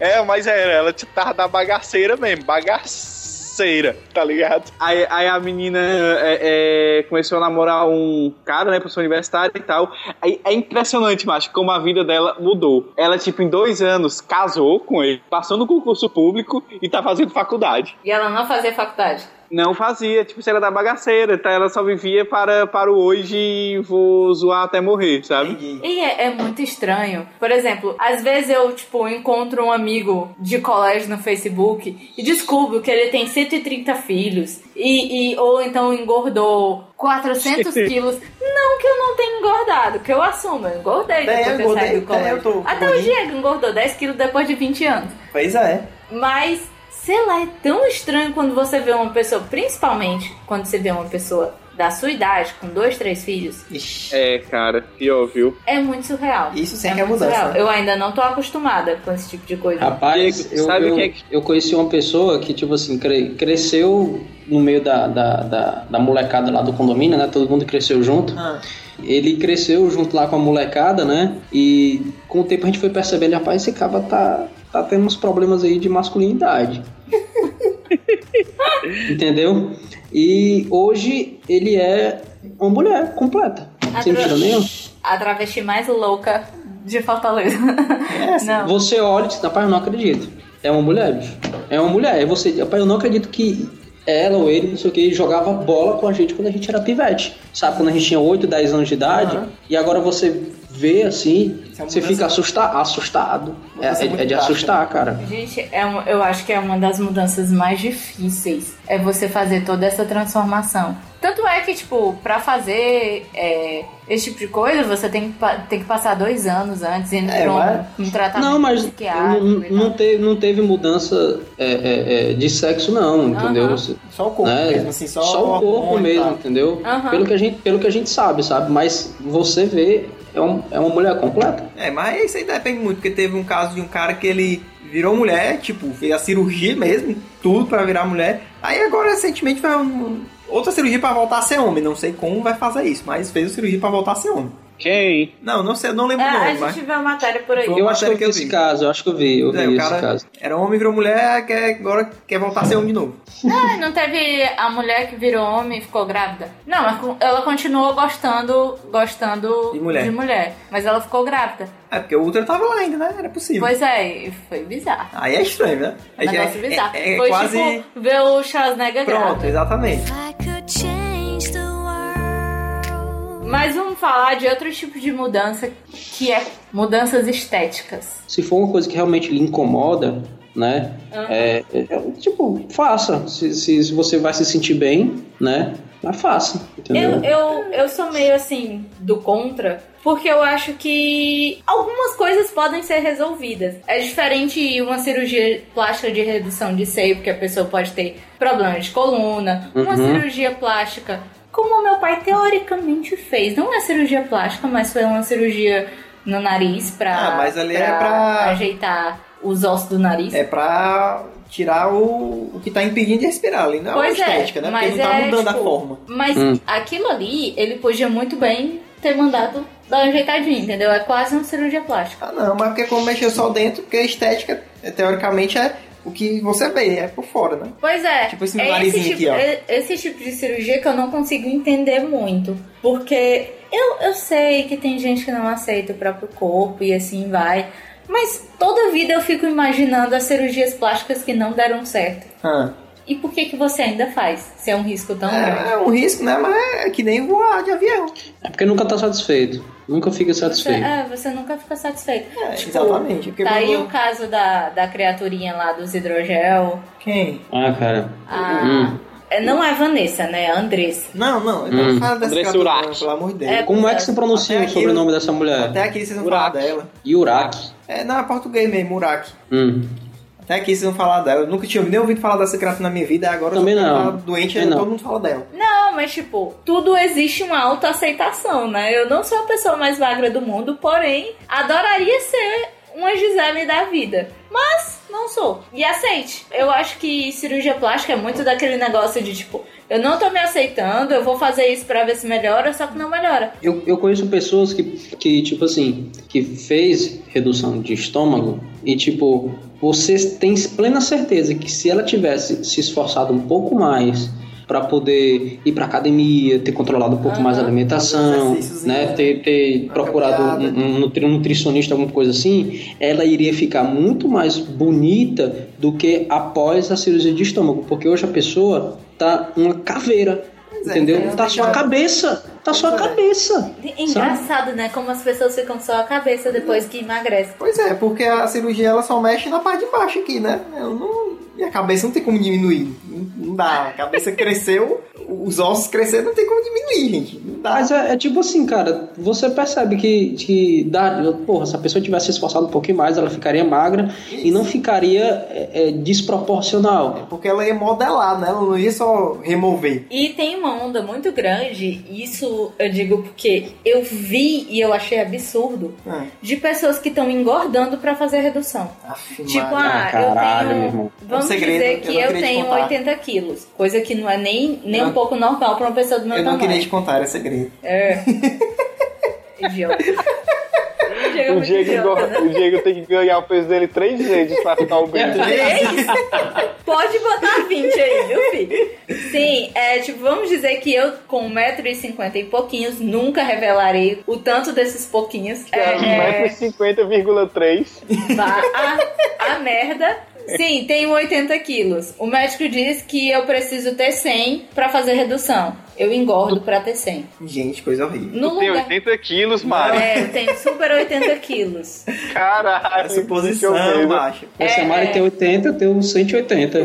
Speaker 3: é, mas era, ela te tava da bagaceira mesmo, bagaceira, tá ligado? Aí, aí a menina é, é, começou a namorar um cara, né, professor universitário e tal. Aí é impressionante, macho, como a vida dela mudou. Ela, tipo, em dois anos, casou com ele, passou no concurso público e tá fazendo faculdade.
Speaker 1: e ela não fazia faculdade.
Speaker 3: Não fazia, tipo, se era da bagaceira, tá? Ela só vivia para, para o hoje e vou zoar até morrer, sabe?
Speaker 1: E é, é muito estranho. Por exemplo, às vezes eu, tipo, encontro um amigo de colégio no Facebook e descubro que ele tem 130 filhos. E, e- ou então engordou 400 quilos. Não que eu não tenha engordado, que eu assumo, eu engordei depois
Speaker 2: Até eu
Speaker 1: que
Speaker 2: engordei,
Speaker 1: saí do
Speaker 2: até
Speaker 1: colégio.
Speaker 2: eu tô
Speaker 1: Até o
Speaker 2: gordinho.
Speaker 1: Diego engordou 10 quilos depois de 20 anos.
Speaker 2: Pois é.
Speaker 1: Mas, sei lá, é tão estranho quando você vê uma pessoa, principalmente quando você vê uma pessoa da sua idade, com dois, três filhos,
Speaker 2: Ixi.
Speaker 3: É, cara, pior, viu?
Speaker 1: é muito surreal.
Speaker 2: Isso
Speaker 1: é
Speaker 2: sempre é
Speaker 1: muito surreal.
Speaker 2: mudança. né?
Speaker 1: Eu ainda não tô acostumada com esse tipo de
Speaker 4: Ah,
Speaker 1: coisa.
Speaker 4: Rapaz,
Speaker 3: Diego,
Speaker 4: eu,
Speaker 3: sabe
Speaker 4: eu,
Speaker 3: quem é que-
Speaker 4: eu conheci uma pessoa que, tipo assim, cre- cresceu no meio da, da, da, da molecada lá do condomínio, né? Todo mundo cresceu junto.
Speaker 2: Ah,
Speaker 4: Ele cresceu junto lá com a molecada, né? E com o tempo a gente foi percebendo, rapaz, esse cara tá, tá tendo uns problemas aí de masculinidade. Entendeu? E hoje ele é uma mulher completa. Sem mentira nenhuma.
Speaker 1: A travesti mais louca de Fortaleza. não.
Speaker 4: É, Você olha e diz, rapaz, eu não acredito. É uma mulher, bicho. É uma mulher. Aí você, diz, rapaz, eu não acredito que ela ou ele, não sei o que, jogava bola com a gente quando a gente era pivete. Sabe, quando a gente tinha 8, 10 anos de idade.
Speaker 2: Aham.
Speaker 4: E agora você vê assim,
Speaker 2: Isso é uma mudança.
Speaker 4: você fica assusta assustado. É,
Speaker 2: Mudança
Speaker 4: é-
Speaker 2: muito
Speaker 4: é de
Speaker 2: drástica.
Speaker 4: assustar, cara.
Speaker 1: Gente, é um- eu acho que é uma das mudanças mais difíceis. É você fazer toda essa transformação. Tanto é que, tipo, pra fazer é, esse tipo de coisa, você tem que, pa- tem que passar dois anos antes indo
Speaker 2: É,
Speaker 1: pra um,
Speaker 2: mas-
Speaker 1: um tratamento
Speaker 4: Não, mas
Speaker 2: é
Speaker 1: psiquiátrico
Speaker 4: não,
Speaker 1: e tal.
Speaker 4: não
Speaker 2: né?
Speaker 4: teve, não teve mudança é, é, é, de sexo, não, entendeu?
Speaker 1: Aham.
Speaker 4: Você-
Speaker 2: só o corpo
Speaker 4: né?
Speaker 2: mesmo, assim, só,
Speaker 4: o corpo
Speaker 2: hormônio e
Speaker 4: mesmo,
Speaker 2: tal.
Speaker 4: entendeu?
Speaker 1: Aham.
Speaker 4: Pelo, que a gente, pelo que a gente sabe, sabe? Mas você vê, é, um- é uma mulher completa.
Speaker 2: É, mas isso aí depende muito, porque teve um caso de um cara que ele virou mulher, tipo, fez a cirurgia mesmo, tudo pra virar mulher. Aí agora, recentemente, fez um- outra cirurgia pra voltar a ser homem. Não sei como vai fazer isso, mas fez a cirurgia pra voltar a ser homem.
Speaker 3: Quem?
Speaker 2: Não, não sei, não
Speaker 1: É,
Speaker 2: lembro o
Speaker 1: a
Speaker 2: nome,
Speaker 1: gente
Speaker 2: mas...
Speaker 1: vê uma matéria por aí.
Speaker 2: Foi
Speaker 4: eu
Speaker 2: uma
Speaker 4: acho que
Speaker 2: matéria que
Speaker 4: eu vi
Speaker 2: eu
Speaker 4: esse
Speaker 2: vi.
Speaker 4: caso, eu acho que eu vi, eu vi
Speaker 2: É, o
Speaker 4: esse
Speaker 2: cara
Speaker 4: caso.
Speaker 2: era homem, virou mulher, quer, agora quer voltar a ser homem de novo.
Speaker 1: Ah, não teve a mulher que virou homem e ficou grávida? Não, mas co- ela continuou gostando, gostando
Speaker 2: De mulher.
Speaker 1: Mas ela ficou grávida.
Speaker 2: É, porque o útero tava lá ainda, né? Era possível.
Speaker 1: Pois é, e foi bizarro.
Speaker 2: Aí é estranho, né? Aí já
Speaker 1: Negócio bizarro.
Speaker 2: é, é
Speaker 1: foi
Speaker 2: quase...
Speaker 1: tipo ver o Schwarzenegger
Speaker 2: Pronto,
Speaker 1: grávida.
Speaker 2: exatamente.
Speaker 6: If I could change the world.
Speaker 1: Mas vamos falar de outro tipo de mudança, que é mudanças estéticas.
Speaker 4: Se for uma coisa que realmente lhe incomoda, né?
Speaker 1: Aham.
Speaker 4: É, é, tipo, faça. Se, se, se você vai se sentir bem, né? Mas faça, entendeu?
Speaker 1: Eu, eu, eu sou meio assim do contra, porque eu acho que algumas coisas podem ser resolvidas. É diferente uma cirurgia plástica de redução de seio, porque a pessoa pode ter problemas de coluna, uma
Speaker 4: Uhum.
Speaker 1: cirurgia plástica, como meu pai teoricamente fez. Não é cirurgia plástica, mas foi uma cirurgia no nariz pra,
Speaker 2: Ah, mas ali é pra-
Speaker 1: ajeitar os ossos do nariz.
Speaker 2: É pra tirar o, o que tá impedindo de respirar ali. Não é uma
Speaker 1: Pois é,
Speaker 2: estética, né? Porque
Speaker 1: mas
Speaker 2: não tá
Speaker 1: é,
Speaker 2: mudando a
Speaker 1: tipo,
Speaker 2: forma.
Speaker 1: Mas
Speaker 4: Hum.
Speaker 1: aquilo ali, ele podia muito bem ter mandado dar uma ajeitadinha, entendeu? É quase uma cirurgia plástica.
Speaker 2: Ah, não, mas porque como mexeu só dentro, porque a estética, é, teoricamente, é o que você vê, é por fora, né?
Speaker 1: Pois é,
Speaker 2: Tipo esse
Speaker 1: é esse
Speaker 2: narizinho
Speaker 1: tipo,
Speaker 2: aqui, ó.
Speaker 1: é- esse tipo de cirurgia que eu não consigo entender muito. Porque eu, eu sei que tem gente que não aceita o próprio corpo e assim vai. Mas toda vida eu fico imaginando as cirurgias plásticas que não deram certo.
Speaker 2: Ah.
Speaker 1: E por que que você ainda faz? Se é um risco tão grande.
Speaker 2: É, é um risco, né? Mas é que nem voar de avião.
Speaker 4: É porque nunca tá satisfeito. Nunca fica
Speaker 1: Você,
Speaker 4: satisfeito.
Speaker 1: é, você nunca fica satisfeito.
Speaker 2: É,
Speaker 1: Tipo,
Speaker 2: exatamente. Porque
Speaker 1: Tá aí
Speaker 2: quando-
Speaker 1: o caso da, da criaturinha lá dos hidrogel.
Speaker 2: Quem?
Speaker 4: Ah, cara.
Speaker 1: A-
Speaker 4: Hum.
Speaker 2: Uhum.
Speaker 1: É, Não é Vanessa, né? É a Andressa.
Speaker 2: Não, não,
Speaker 4: Hum.
Speaker 2: não fala dessa
Speaker 3: André
Speaker 2: criatura,
Speaker 3: Surak.
Speaker 2: não, pelo amor de Deus.
Speaker 1: É,
Speaker 4: Como é que se pronuncia
Speaker 2: Até
Speaker 4: o
Speaker 2: aqui
Speaker 4: sobrenome dessa mulher?
Speaker 2: Até aqui vocês não falar
Speaker 3: Murak.
Speaker 2: dela.
Speaker 4: Yuraki.
Speaker 2: É, não, é português mesmo, Murak.
Speaker 4: Hum.
Speaker 2: Até aqui vocês não falar dela. Eu nunca tinha nem ouvido falar dessa criatura na minha vida, agora
Speaker 4: Também
Speaker 2: eu sou
Speaker 4: não.
Speaker 2: doente
Speaker 4: Também não.
Speaker 2: todo mundo fala dela.
Speaker 1: Não, mas tipo, tudo existe uma autoaceitação, né? Eu não sou a pessoa mais magra do mundo, porém, adoraria ser uma Gisele da vida. Mas não sou. E aceite. Eu acho que cirurgia plástica é muito daquele negócio de tipo, eu não tô me aceitando, eu vou fazer isso pra ver se melhora, só que não melhora.
Speaker 4: Eu, eu conheço pessoas que, que, tipo assim, que fez redução de estômago e, tipo, você tem plena certeza que se ela tivesse se esforçado um pouco mais pra poder ir pra academia, ter controlado um pouco mais a
Speaker 1: Aham.
Speaker 4: alimentação,
Speaker 2: Fazer exercíciozinho,
Speaker 4: né, ter, ter
Speaker 2: uma
Speaker 4: procurado um,
Speaker 2: caminhada.
Speaker 4: um nutri- um nutricionista, alguma coisa assim, ela iria ficar muito mais bonita do que após a cirurgia de estômago, porque hoje a pessoa tá uma caveira,
Speaker 2: Pois é,
Speaker 4: entendeu?
Speaker 2: então,
Speaker 4: tá
Speaker 2: tem
Speaker 4: só a
Speaker 2: que-
Speaker 4: cabeça, tá só a
Speaker 2: Pois é.
Speaker 4: cabeça.
Speaker 1: Engraçado, né? Como as pessoas ficam só a cabeça depois que emagrecem.
Speaker 2: Pois é, porque a cirurgia ela só mexe na parte de baixo aqui, né? Ela não... E a cabeça não tem como diminuir. Não não dá. A cabeça (laughs) cresceu, os ossos cresceram, não tem como diminuir, gente. Não dá.
Speaker 4: Mas é, é tipo assim, cara, você percebe que, que dá, porra, se a pessoa tivesse se esforçado um pouquinho mais, ela ficaria magra e não ficaria é, é, desproporcional.
Speaker 2: Porque ela ia modelar, né? Ela não ia só remover.
Speaker 1: E tem uma onda muito grande, e isso eu digo porque eu vi e eu achei absurdo,
Speaker 2: Ah,
Speaker 1: de pessoas que estão engordando pra fazer redução.
Speaker 2: aff,
Speaker 1: Tipo,
Speaker 2: Maria.
Speaker 1: ah,
Speaker 4: caralho,
Speaker 1: eu
Speaker 4: meu
Speaker 1: tenho.
Speaker 4: irmão.
Speaker 1: Vamos
Speaker 2: É um segredo,
Speaker 1: dizer
Speaker 2: eu
Speaker 1: que
Speaker 2: não
Speaker 1: eu,
Speaker 2: queria te
Speaker 1: tenho
Speaker 2: contar.
Speaker 1: 80 quilos, coisa que não é nem, nem um
Speaker 2: Eu-
Speaker 1: pouco normal pra uma pessoa do meu
Speaker 2: eu não
Speaker 1: tamanho.
Speaker 2: queria te contar esse segredo.
Speaker 1: É. Idiota. Chega
Speaker 3: O
Speaker 2: (laughs)
Speaker 1: muito
Speaker 3: Diego,
Speaker 1: idiota, né?
Speaker 3: Um engorda- o Diego tem que ganhar o peso dele três vezes pra ficar obeso.
Speaker 1: Três? Pode botar 20 aí, viu, filho? Sim, é tipo, vamos dizer que eu, com 1,50m e pouquinhos, nunca revelarei o tanto desses pouquinhos. (laughs) É, é,
Speaker 3: 1,50,3.
Speaker 1: vá a, a merda. Sim, tenho 80 quilos. O médico diz que eu preciso ter 100 pra fazer redução. Eu engordo pra ter 100.
Speaker 2: Gente, coisa horrível.
Speaker 1: No
Speaker 3: Tem
Speaker 1: lugar.
Speaker 3: 80 quilos, Mari.
Speaker 1: É, eu tenho super 80 quilos.
Speaker 3: Caralho.
Speaker 2: É suposição,
Speaker 3: que eu vejo.
Speaker 2: macho.
Speaker 4: Essa
Speaker 1: É,
Speaker 4: Mari
Speaker 1: é.
Speaker 4: tem 80, eu tenho 180.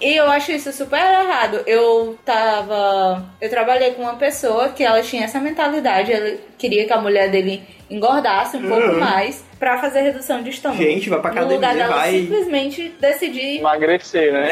Speaker 1: E eu acho isso super errado. Eu tava. Eu trabalhei com uma pessoa que ela tinha essa mentalidade. Ela queria que a mulher dele engordasse um pouco mais pra fazer redução de estômago.
Speaker 2: Uhum. Gente, vai pra
Speaker 1: no lugar
Speaker 2: academia,
Speaker 1: dela
Speaker 2: vai.
Speaker 1: simplesmente decidir,
Speaker 3: Emagrecer, né?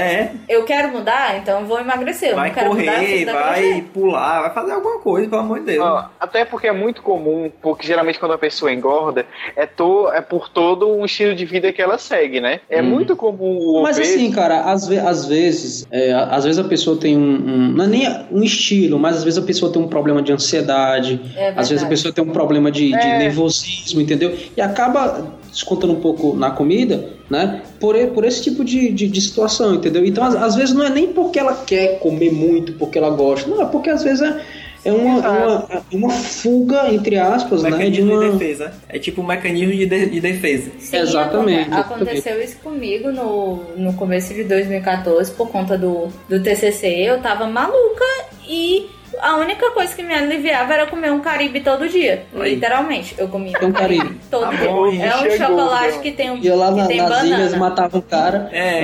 Speaker 2: É,
Speaker 1: eu quero mudar, então eu vou emagrecer. Eu
Speaker 2: vai
Speaker 1: não quero mudar, tá eu
Speaker 2: correr,
Speaker 1: preciso
Speaker 2: vai
Speaker 1: emagrecer.
Speaker 2: pular, vai fazer alguma coisa, pelo amor de Deus.
Speaker 3: Ó, até porque é muito comum, porque geralmente quando a pessoa engorda, é, to, é por todo um estilo de vida que ela segue, né? É
Speaker 4: Hum.
Speaker 3: muito comum o
Speaker 4: Mas
Speaker 3: obeso-
Speaker 4: assim, cara, às, ve- às vezes, é, às vezes a pessoa tem um, um- Não é nem um estilo, mas às vezes a pessoa tem um problema de ansiedade,
Speaker 1: É
Speaker 4: às vezes a
Speaker 1: verdade.
Speaker 4: pessoa tem um problema de, de
Speaker 3: É.
Speaker 4: nervosismo, entendeu? E acaba descontando um pouco na comida, né? Por, e- por esse tipo de, de, de situação, entendeu? Então, às, às vezes, não é nem porque ela quer comer muito, porque ela gosta. Não, é porque às vezes é, é uma, é uma, é uma fuga, entre aspas, né? De
Speaker 2: mecanismo é de
Speaker 4: uma.
Speaker 2: defesa. É tipo um mecanismo de, de- de defesa.
Speaker 1: Sim,
Speaker 4: É, Exatamente,
Speaker 1: aconte- Aconteceu isso comigo no, no começo de 2014 por conta do, do TCC. Eu tava maluca e a única coisa que me aliviava era comer um caribe todo dia.
Speaker 2: Aí.
Speaker 1: Literalmente, eu comia
Speaker 4: Tem um caribe.
Speaker 1: todo
Speaker 2: Tá
Speaker 1: dia.
Speaker 2: bom, hein?
Speaker 1: é um
Speaker 3: Chegou,
Speaker 1: chocolate
Speaker 3: meu.
Speaker 1: que tem, um,
Speaker 4: Ia lá na-
Speaker 1: que tem
Speaker 4: nas ilhas,
Speaker 1: banana.
Speaker 4: matava o cara.
Speaker 2: É.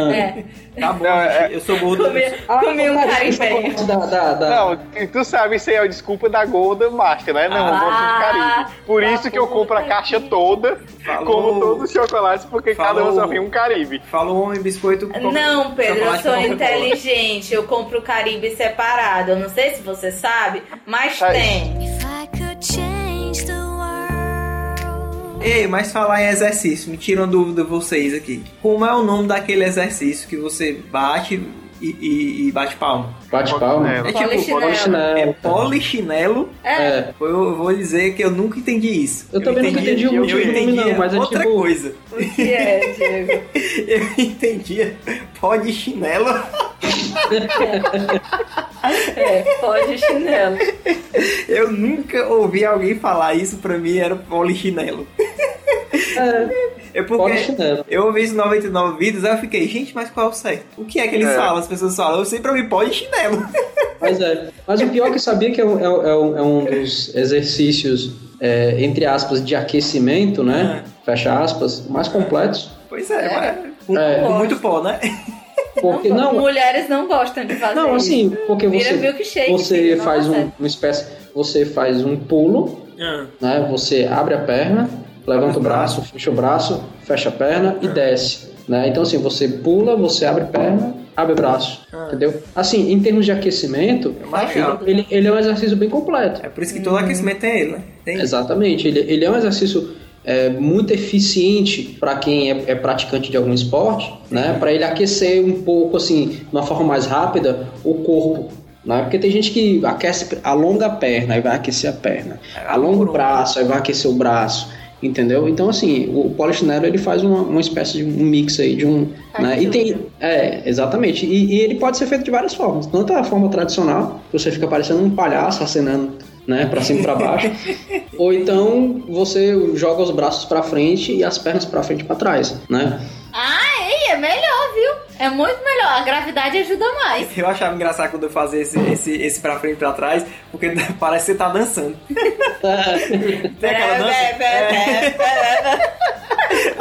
Speaker 4: Ah.
Speaker 2: (laughs)
Speaker 1: É,
Speaker 2: Tá bom,
Speaker 3: é-
Speaker 2: eu sou gordo.
Speaker 1: comia, comia um caribe.
Speaker 4: é Da, da, da-
Speaker 3: Não, tu- tu sabe, isso aí é a desculpa da Golda Master, né? Não,
Speaker 1: Ah,
Speaker 3: eu gosto de caribe. Por
Speaker 1: tá
Speaker 3: isso que eu
Speaker 1: bom,
Speaker 3: compro a
Speaker 1: tá
Speaker 3: caixa
Speaker 1: bom.
Speaker 3: toda,
Speaker 2: Falou.
Speaker 3: como todos os chocolates, porque cada um
Speaker 2: Falou.
Speaker 3: só tem um caribe.
Speaker 2: Falou homem biscoito. com
Speaker 1: Não, Pedro, eu
Speaker 2: chocolate
Speaker 1: sou
Speaker 2: com Coca-Cola.
Speaker 1: inteligente. Eu compro o caribe separado. Eu não sei se você sabe, mas
Speaker 3: Ai.
Speaker 1: tem.
Speaker 6: If I could change the world.
Speaker 2: Ei, mas falar em exercício, me tira uma dúvida vocês aqui. Como é o nome daquele exercício que você bate e, e- e bate palma?
Speaker 4: Bate palma.
Speaker 3: É
Speaker 4: É,
Speaker 2: tipo,
Speaker 1: Polichinelo.
Speaker 2: É
Speaker 4: pô.
Speaker 2: polichinelo?
Speaker 1: É,
Speaker 4: É.
Speaker 2: Eu- Eu vou dizer que eu nunca entendi isso.
Speaker 4: Eu também nunca entendi o
Speaker 2: eu
Speaker 4: motivo do nome,
Speaker 2: entendia
Speaker 4: não, mas é
Speaker 2: outra
Speaker 4: tipo-
Speaker 2: coisa. (laughs)
Speaker 1: o que é, Diego?
Speaker 2: Eu entendia pó de chinelo.
Speaker 1: É, pode chinelo.
Speaker 2: Eu nunca ouvi alguém falar isso pra mim, era polichinelo. É porque
Speaker 4: Polichinelo.
Speaker 2: eu ouvi isso em 99 vídeos, aí eu fiquei, gente, mas qual é o certo? O que é que eles
Speaker 3: É.
Speaker 2: falam? As pessoas falam, eu sei pra mim, polichinelo.
Speaker 4: Mas é. Mas o pior é que eu sabia que é, um- é um- é um- é um dos exercícios, é, entre aspas, de aquecimento, né?
Speaker 1: Ah.
Speaker 4: Fecha aspas, mais completos.
Speaker 2: Pois é, mas com,
Speaker 4: É.
Speaker 2: com muito pó, né?
Speaker 4: Porque
Speaker 1: Não,
Speaker 4: não,
Speaker 1: Mulheres não gostam de fazer
Speaker 4: não,
Speaker 1: isso.
Speaker 4: assim, porque
Speaker 1: Vira
Speaker 4: você,
Speaker 1: milkshake.
Speaker 4: você
Speaker 1: filho,
Speaker 4: faz
Speaker 1: nossa.
Speaker 4: um, uma espécie. Você faz um pulo, né? Você abre a perna, levanta o braço, fecha o braço, fecha a perna e desce, né? Então assim, você pula, você abre perna, abre braço,
Speaker 1: Ah.
Speaker 4: entendeu? Assim, em termos de aquecimento,
Speaker 2: mais legal.
Speaker 4: ele, ele é um exercício bem completo.
Speaker 2: É por isso que
Speaker 4: Hum.
Speaker 2: todo aquecimento tem ele, né? Tem
Speaker 4: Exatamente, ele, ele é um exercício é, muito eficiente para quem é, é praticante de algum esporte, né? Para ele aquecer um pouco assim, de uma forma mais rápida, o corpo. Né? Porque tem gente que aquece, alonga a perna, aí vai aquecer a perna, alonga o braço, aí vai aquecer o braço, entendeu? Então, assim, o polichinelo ele faz uma, uma espécie de um mix aí de um. Né? E tem. É, exatamente. E, e ele pode ser feito de várias formas. Tanto a forma tradicional, que você fica parecendo um palhaço acenando, né, pra cima e pra baixo. Ou então você joga os braços pra frente e as pernas pra frente e pra trás, né?
Speaker 1: Ah, ei, é melhor, viu? É muito melhor. A gravidade ajuda mais.
Speaker 2: Eu achava engraçado quando eu fazia esse, esse, esse pra frente e pra trás, porque (laughs) parece que você tá dançando. Tem aquela dança? É.
Speaker 1: Pé, pé, pé, pé.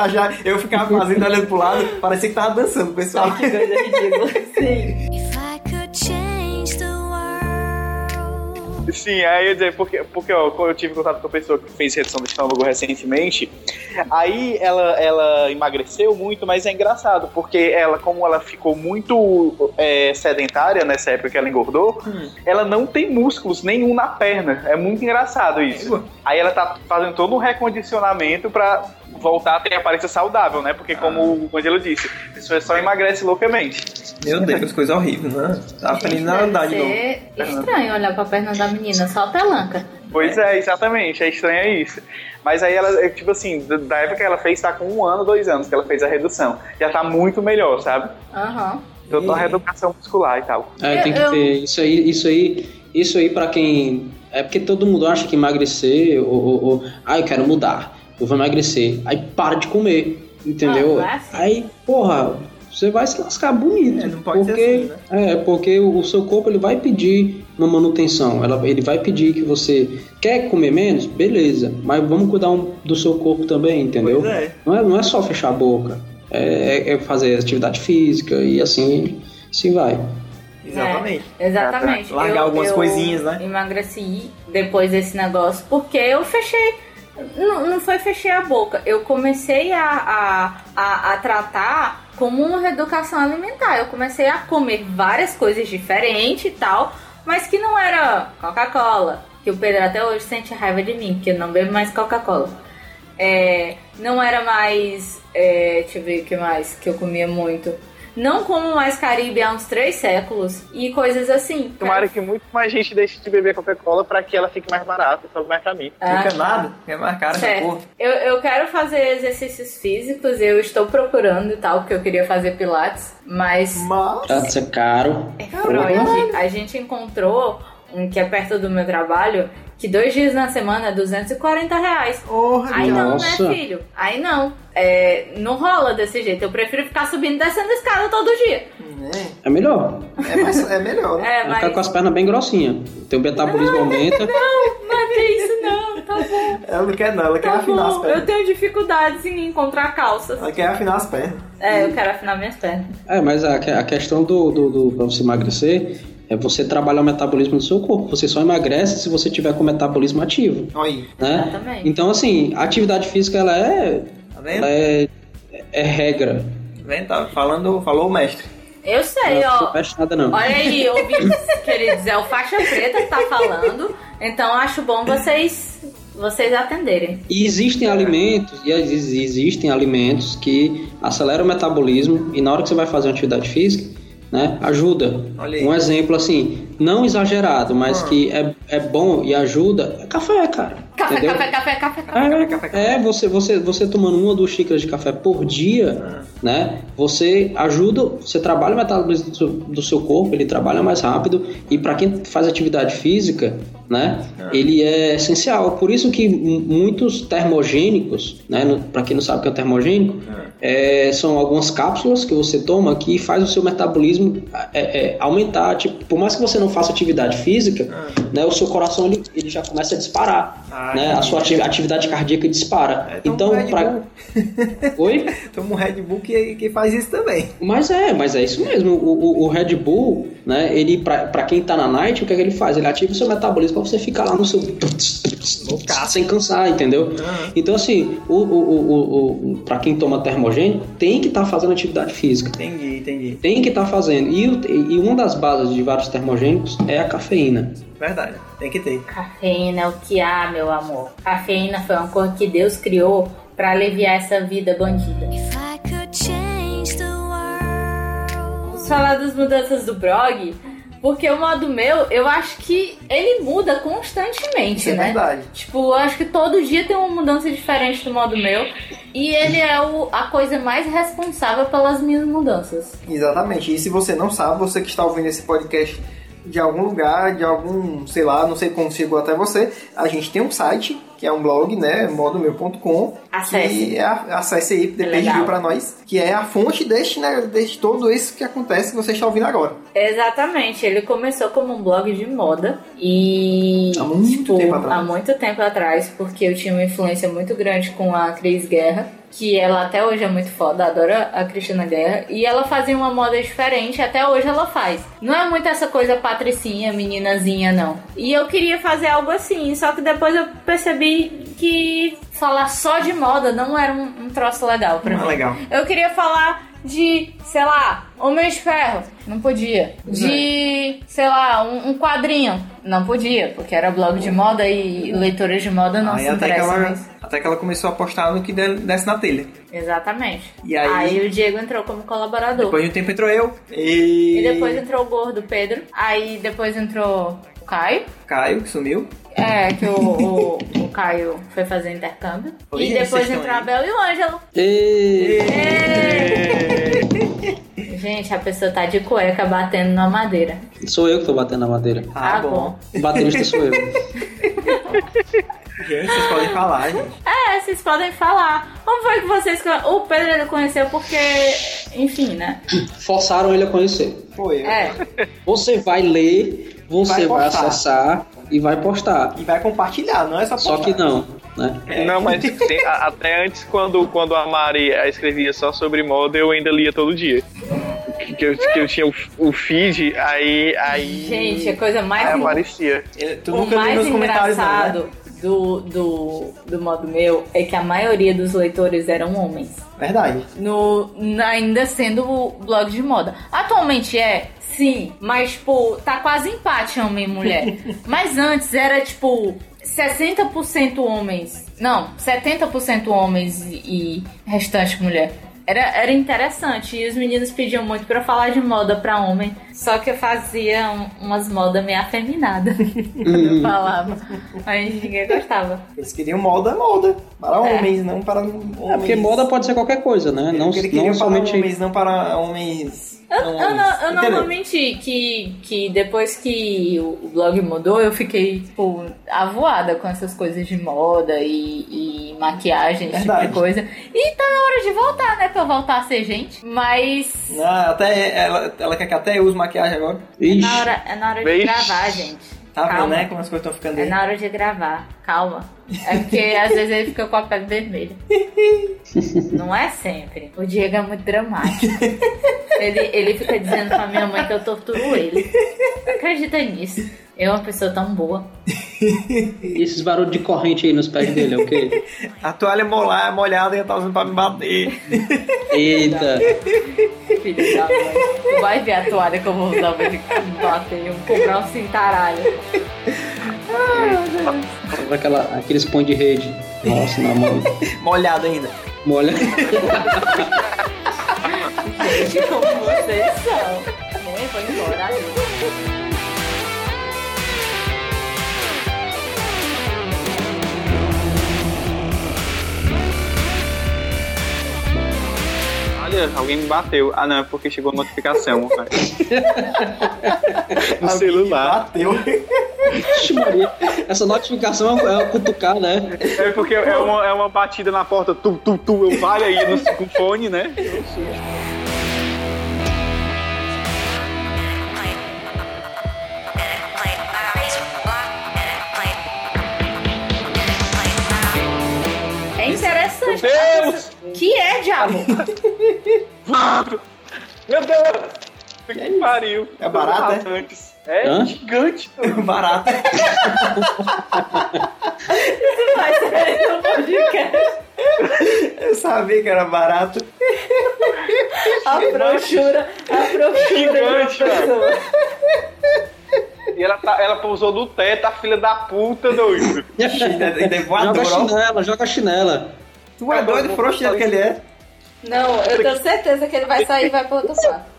Speaker 2: Eu já- Eu ficava fazendo, olhando pro lado, parecia que tava dançando, pessoal.
Speaker 6: If I could change the world.
Speaker 3: Sim, aí eu ia dizer, porque, porque ó, quando eu tive contato com a pessoa que fez redução de estômago recentemente, aí ela, ela emagreceu muito, mas é engraçado, porque ela, como ela ficou muito é, sedentária nessa época que ela engordou,
Speaker 2: Hum.
Speaker 3: ela não tem músculos nenhum na perna. É muito engraçado isso. Aí ela tá fazendo todo um recondicionamento pra voltar a ter aparência saudável, né? Porque como
Speaker 2: Ah.
Speaker 3: o Angelo disse, a pessoa só emagrece loucamente.
Speaker 2: Meu Deus, coisa horrível, né? Tá aprendendo a andar de novo.
Speaker 1: Deve ser estranho olhar pra perna da menina, só a pelanca.
Speaker 3: Pois é, exatamente, é estranho isso. Mas aí ela, é, tipo assim, d- da época que ela fez, tá com um ano, dois anos que ela fez a redução. Já tá muito melhor, sabe?
Speaker 1: Aham.
Speaker 3: Então tá uma
Speaker 2: Ih.
Speaker 3: reeducação muscular e tal.
Speaker 4: É,
Speaker 1: Eu-
Speaker 4: tem
Speaker 1: eu-
Speaker 4: que ter isso aí, isso aí, isso aí para quem é porque todo mundo acha que emagrecer ou, ou, ou, ah, eu quero mudar, eu vou emagrecer, aí para de comer, entendeu?
Speaker 1: Ah, vai.
Speaker 4: aí, porra, você vai se lascar bonito,
Speaker 2: É, não pode ser assim,
Speaker 4: porque
Speaker 2: né?
Speaker 4: é porque o, o seu corpo ele vai pedir uma manutenção, ela, ele vai pedir que você quer comer menos, beleza, mas vamos cuidar um- do seu corpo também, entendeu?
Speaker 2: Pois é.
Speaker 4: Não é, não é só fechar a boca, é, é- é fazer atividade física e assim, assim vai.
Speaker 2: Exatamente.
Speaker 1: Exatamente.
Speaker 2: Largar algumas coisinhas, né?
Speaker 1: Emagreci depois desse negócio, porque eu fechei. Não, não foi fechei a boca. Eu comecei a, a, a, a tratar como uma reeducação alimentar. Eu comecei a comer várias coisas diferentes e tal, mas que não era Coca-Cola. Que o Pedro até hoje sente raiva de mim, porque eu não bebo mais Coca-Cola. É, não era mais. É, deixa eu ver o que mais que eu comia muito. Não como mais Caribe há uns três séculos e coisas assim.
Speaker 3: Tomara que muito mais gente deixe de beber Coca-Cola pra que ela fique mais barata, só mais caminho.
Speaker 1: Ah,
Speaker 2: Não quer nada, quer mais cara essa
Speaker 1: Certo.
Speaker 2: porra.
Speaker 1: eu, eu quero fazer exercícios físicos, eu estou procurando e tal, porque eu queria fazer pilates, mas
Speaker 2: Mas.
Speaker 4: Tá, isso é caro.
Speaker 1: Freud, a gente encontrou um que é perto do meu trabalho, que dois dias na semana é 240 reais.
Speaker 2: Porra,
Speaker 1: Aí não, né,
Speaker 4: Nossa.
Speaker 1: filho? Aí não. É, não rola desse jeito. Eu prefiro ficar subindo e descendo escada todo dia.
Speaker 2: né?
Speaker 4: É melhor.
Speaker 2: É, mais, é melhor, né?
Speaker 1: É,
Speaker 4: Vai ficar tá com
Speaker 1: mas.
Speaker 4: as pernas bem grossinhas. Teu metabolismo aumenta.
Speaker 1: Não, não é isso, não. Tá bom.
Speaker 2: Ela não quer não, ela quer
Speaker 1: Tá
Speaker 2: afinar as
Speaker 1: bom. Eu
Speaker 2: pernas.
Speaker 1: tenho dificuldades em encontrar calças.
Speaker 2: Ela quer afinar as pernas.
Speaker 1: É, eu quero afinar minhas pernas.
Speaker 4: É, mas a, a questão do, do, do pra você emagrecer é você trabalhar o metabolismo do seu corpo. Você só emagrece se você tiver com o metabolismo ativo,
Speaker 2: Olha aí,
Speaker 4: né?
Speaker 1: Exatamente.
Speaker 4: Então, assim, a atividade física ela é,
Speaker 2: tá vendo?
Speaker 4: ela é, é regra.
Speaker 2: Tá vendo? Tá falando, falou o mestre.
Speaker 1: Eu sei,
Speaker 4: ela
Speaker 1: ó.
Speaker 4: não fecha nada, não.
Speaker 1: Olha aí, ouvintes, queridos, é o faixa preta que tá falando. Então acho bom vocês vocês atenderem.
Speaker 4: E existem alimentos, e às vezes existem alimentos que aceleram o metabolismo e na hora que você vai fazer uma atividade física, né, ajuda.
Speaker 2: Olha aí.
Speaker 4: Um exemplo assim, não exagerado, mas
Speaker 2: Ah.
Speaker 4: que é, é bom e ajuda, é café, cara.
Speaker 1: Café,
Speaker 4: entendeu?
Speaker 1: café, café, café, café.
Speaker 4: É,
Speaker 2: café, café.
Speaker 4: é você, você, você tomando uma ou duas xícaras de café por
Speaker 1: Ah.
Speaker 4: dia, né? Você ajuda, você trabalha o metabolismo do seu, do seu corpo, ele trabalha mais rápido e para quem faz atividade física, né?
Speaker 1: Ah.
Speaker 4: Ele é essencial. Por isso que mu- muitos termogênicos, né? Para quem não sabe o que é termogênico,
Speaker 1: Ah.
Speaker 4: é, são algumas cápsulas que você toma que faz o seu metabolismo é, é, aumentar. Tipo, por mais que você não faça atividade física,
Speaker 1: Ah.
Speaker 4: né? O seu coração ele, ele já começa a disparar,
Speaker 2: Ah,
Speaker 4: né? A
Speaker 2: entendi.
Speaker 4: sua ati- atividade cardíaca dispara.
Speaker 2: É, toma
Speaker 4: então,
Speaker 2: um Red
Speaker 4: pra...
Speaker 2: Bull.
Speaker 4: Oi?
Speaker 2: Toma um Red Bull que, que faz isso também.
Speaker 4: Mas é, mas é isso mesmo. O, o- o Red Bull, né? Ele pra, pra quem tá na night, o que é que ele faz? Ele ativa o seu metabolismo pra você ficar lá no seu
Speaker 2: Loucaço.
Speaker 4: sem cansar, entendeu?
Speaker 2: Aham.
Speaker 4: Então assim, o, o, o, o- o- pra quem toma termogênico, tem que estar fazendo atividade física.
Speaker 2: Entendi, entendi.
Speaker 4: Tem que estar fazendo. E, o- e uma das bases de vários termogênicos é a cafeína.
Speaker 2: Verdade. Tem que ter.
Speaker 1: Cafeína é o que há, meu amor. Cafeína foi uma cor que Deus criou pra aliviar essa vida bandida.
Speaker 6: If I could change the world.
Speaker 1: Vamos falar das mudanças do blog, porque o modo meu, eu acho que ele muda constantemente,
Speaker 2: Isso é
Speaker 1: né?
Speaker 2: verdade.
Speaker 1: Tipo, eu acho que todo dia tem uma mudança diferente do modo meu. E ele é o- a coisa mais responsável pelas minhas mudanças.
Speaker 2: Exatamente. E se você não sabe, você que está ouvindo esse podcast de algum lugar, de algum, sei lá, não sei como chegou até você, a gente tem um site, que é um blog, né, modomeu.com,
Speaker 1: Acesse.
Speaker 2: que é a, acesse aí, depende
Speaker 1: Legal.
Speaker 2: de para nós, que é a fonte deste, né, deste todo isso que acontece que você está ouvindo agora.
Speaker 1: Exatamente, ele começou como um blog de moda e tipo,
Speaker 2: Há muito tempo atrás.
Speaker 1: há muito tempo atrás, porque eu tinha uma influência muito grande com a Cris Guerra, que ela até hoje é muito foda, adora a Cristina Guerra, e ela fazia uma moda diferente, até hoje ela faz. Não é muito essa coisa patricinha, meninazinha não. E eu queria fazer algo assim, só que depois eu percebi que falar só de moda não era um, um troço legal pra
Speaker 2: Ah,
Speaker 1: mim.
Speaker 2: legal.
Speaker 1: Eu queria falar de, sei lá, Homem de Ferro. Não podia. De, sei lá, um, um quadrinho. Não podia, porque era blog de moda e leitores de moda não
Speaker 2: aí
Speaker 1: se
Speaker 2: até que,
Speaker 1: interessam.
Speaker 2: ela,
Speaker 1: nisso.
Speaker 2: até que ela começou a postar no que de- desce na telha.
Speaker 1: Exatamente.
Speaker 2: E aí-
Speaker 1: o Diego entrou como colaborador.
Speaker 2: Depois de um tempo entrou eu e,
Speaker 1: E depois entrou o gordo Pedro. Aí depois entrou o Caio.
Speaker 2: Caio, que sumiu.
Speaker 1: É, que o, o, o Caio foi fazer intercâmbio.
Speaker 2: Oi,
Speaker 1: e
Speaker 2: vocês
Speaker 1: depois
Speaker 2: estão
Speaker 1: entrou
Speaker 2: aí?
Speaker 1: a Bel e o Ângelo.
Speaker 4: E...
Speaker 1: Gente, a pessoa tá de cueca batendo na madeira.
Speaker 4: Sou eu que tô batendo na madeira.
Speaker 2: Ah,
Speaker 1: Ah,
Speaker 2: bom.
Speaker 4: O baterista sou
Speaker 2: (laughs)
Speaker 4: eu.
Speaker 2: Gente, vocês podem falar, gente.
Speaker 1: É, vocês podem falar. Como foi que vocês. con- O Pedro ele conheceu porque. Enfim, né?
Speaker 4: Forçaram ele a conhecer.
Speaker 2: Foi eu.
Speaker 1: É.
Speaker 4: Você vai ler,
Speaker 2: Vai
Speaker 4: você vai,
Speaker 2: postar.
Speaker 4: acessar e vai postar.
Speaker 2: E vai compartilhar, não é só postar.
Speaker 4: Só que não, né?
Speaker 3: Não, mas tem- a- até antes, quando, quando a Mari eh, escrevia só sobre moda, eu ainda lia todo dia. Que, que eu, que eu tinha o, o feed, aí. aí
Speaker 1: Gente, a coisa mais.
Speaker 3: aí aparecia.
Speaker 2: Eu- Tu
Speaker 1: o
Speaker 2: É, nunca leu
Speaker 1: mais
Speaker 2: nos comentários, não, né?
Speaker 1: engraçado do, do, do modo meu é que a maioria dos leitores eram homens.
Speaker 2: Verdade.
Speaker 1: No, na- ainda sendo o blog de moda. Atualmente é, sim, mas tipo, tá quase empate homem e mulher. mas antes era tipo 60% homens. Não, 70% homens e e restante mulher. Era, era interessante. E os meninos pediam muito pra falar de moda pra homem. Só que eu fazia um- umas modas meio afeminadas. (laughs) eu
Speaker 4: Hum.
Speaker 1: falava. Mas ninguém gostava.
Speaker 2: Eles queriam moda, moda. Para
Speaker 1: É.
Speaker 2: homens, não para homens.
Speaker 4: É porque moda pode ser qualquer coisa, né? Não,
Speaker 2: Eles queriam
Speaker 4: não
Speaker 2: para
Speaker 4: somente.
Speaker 2: homens, não para homens.
Speaker 1: Eu Eu, eu não, eu não
Speaker 2: Entendeu?
Speaker 1: vou mentir que, que depois que o o blog mudou, eu fiquei, tipo, avoada com essas coisas de moda e, e maquiagem, esse tipo de
Speaker 2: Verdade.
Speaker 1: coisa. E tá na hora de voltar, né? Pra eu voltar a ser gente. Mas
Speaker 2: Ah, até ela, ela quer que até eu use maquiagem agora.
Speaker 1: é
Speaker 4: Ixi,
Speaker 1: na hora, é na hora de
Speaker 3: Ixi.
Speaker 1: gravar, gente.
Speaker 2: Tá vendo,
Speaker 1: Calma.
Speaker 2: né? Como as coisas estão ficando
Speaker 1: É
Speaker 2: aí.
Speaker 1: na hora de gravar, calma. É porque às vezes ele fica com a pele vermelha. Não é sempre. O Diego é muito dramático. Ele, ele fica dizendo pra minha mãe que eu torturo ele. Acredita nisso. Eu, uma pessoa tão boa.
Speaker 4: e esses barulhos de corrente aí nos pés dele, é o quê?
Speaker 2: A toalha molar, molhada, eu tava usando pra me bater.
Speaker 1: (laughs)
Speaker 4: Eita,
Speaker 1: Filho da mãe. Tu vai ver a toalha que eu vou usar pra te bater. Eu vou comprar um cintaralho.
Speaker 4: aquela, aqueles pão de rede. Nossa, na mão.
Speaker 2: Molhado ainda.
Speaker 4: Molha.
Speaker 1: Gente, como vocês são. Né? Vou embora.
Speaker 3: Olha, alguém me bateu. Ah, não, é porque chegou a notificação. (laughs) cara.
Speaker 2: Alguém
Speaker 3: no celular.
Speaker 2: Bateu.
Speaker 4: Ixi, Maria. Essa notificação é uma cutucada, né?
Speaker 3: É porque é uma, é uma batida na porta, tu, tu, tu, eu vale aí no, com fone, né?
Speaker 1: É interessante.
Speaker 3: Meu
Speaker 1: Que é, diabo?
Speaker 3: Meu Deus! Que pariu.
Speaker 2: É barato, é?
Speaker 3: Antes. É
Speaker 4: Hã?
Speaker 3: gigante.
Speaker 2: (laughs) Barato.
Speaker 1: Vai ser um podcast.
Speaker 2: Eu sabia que era barato.
Speaker 1: A brochura, a brochura de
Speaker 3: Gigante,
Speaker 1: uma pessoa.
Speaker 3: E ela, tá, ela pousou no teto, a filha da puta, doido.
Speaker 2: Ainda ainda é
Speaker 4: Joga a
Speaker 2: voador, ó.
Speaker 4: chinela, joga a chinela.
Speaker 2: Tu é doido, frouxo que ele é.
Speaker 1: Não, eu tenho certeza que ele vai sair e vai pro outro quarto.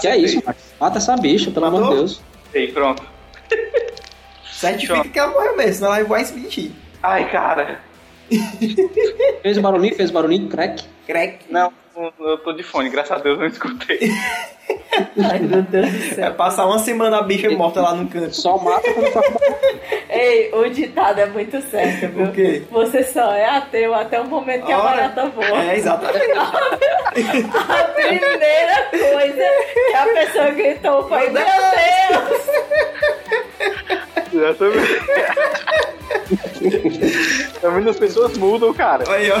Speaker 4: Que é isso, Max? Mata essa bicha, pelo amor de
Speaker 2: Matou?
Speaker 4: Deus.
Speaker 3: Ei, pronto.
Speaker 2: Certifica que ela morreu mesmo, senão ela vai se mentir.
Speaker 3: Ai, cara.
Speaker 4: Fez barulhinho, fez barulhinho, crack.
Speaker 2: Crack.
Speaker 3: Não, eu tô de fone, graças a Deus eu não escutei. (laughs)
Speaker 1: Ai, meu Deus do
Speaker 2: É
Speaker 1: céu.
Speaker 2: passar uma semana a bicha morta lá no canto.
Speaker 4: Só mata quando faz barulho.
Speaker 1: Ei, o ditado é muito certo,
Speaker 2: O
Speaker 1: viu?
Speaker 2: quê?
Speaker 1: Você só é ateu até o momento que a
Speaker 2: Ora.
Speaker 1: barata voa.
Speaker 2: É, exatamente.
Speaker 1: A primeira coisa que a pessoa gritou foi: Meu
Speaker 2: Meu
Speaker 1: Deus!
Speaker 3: Exatamente. (laughs) Também as pessoas mudam, cara.
Speaker 2: Olha aí, ó.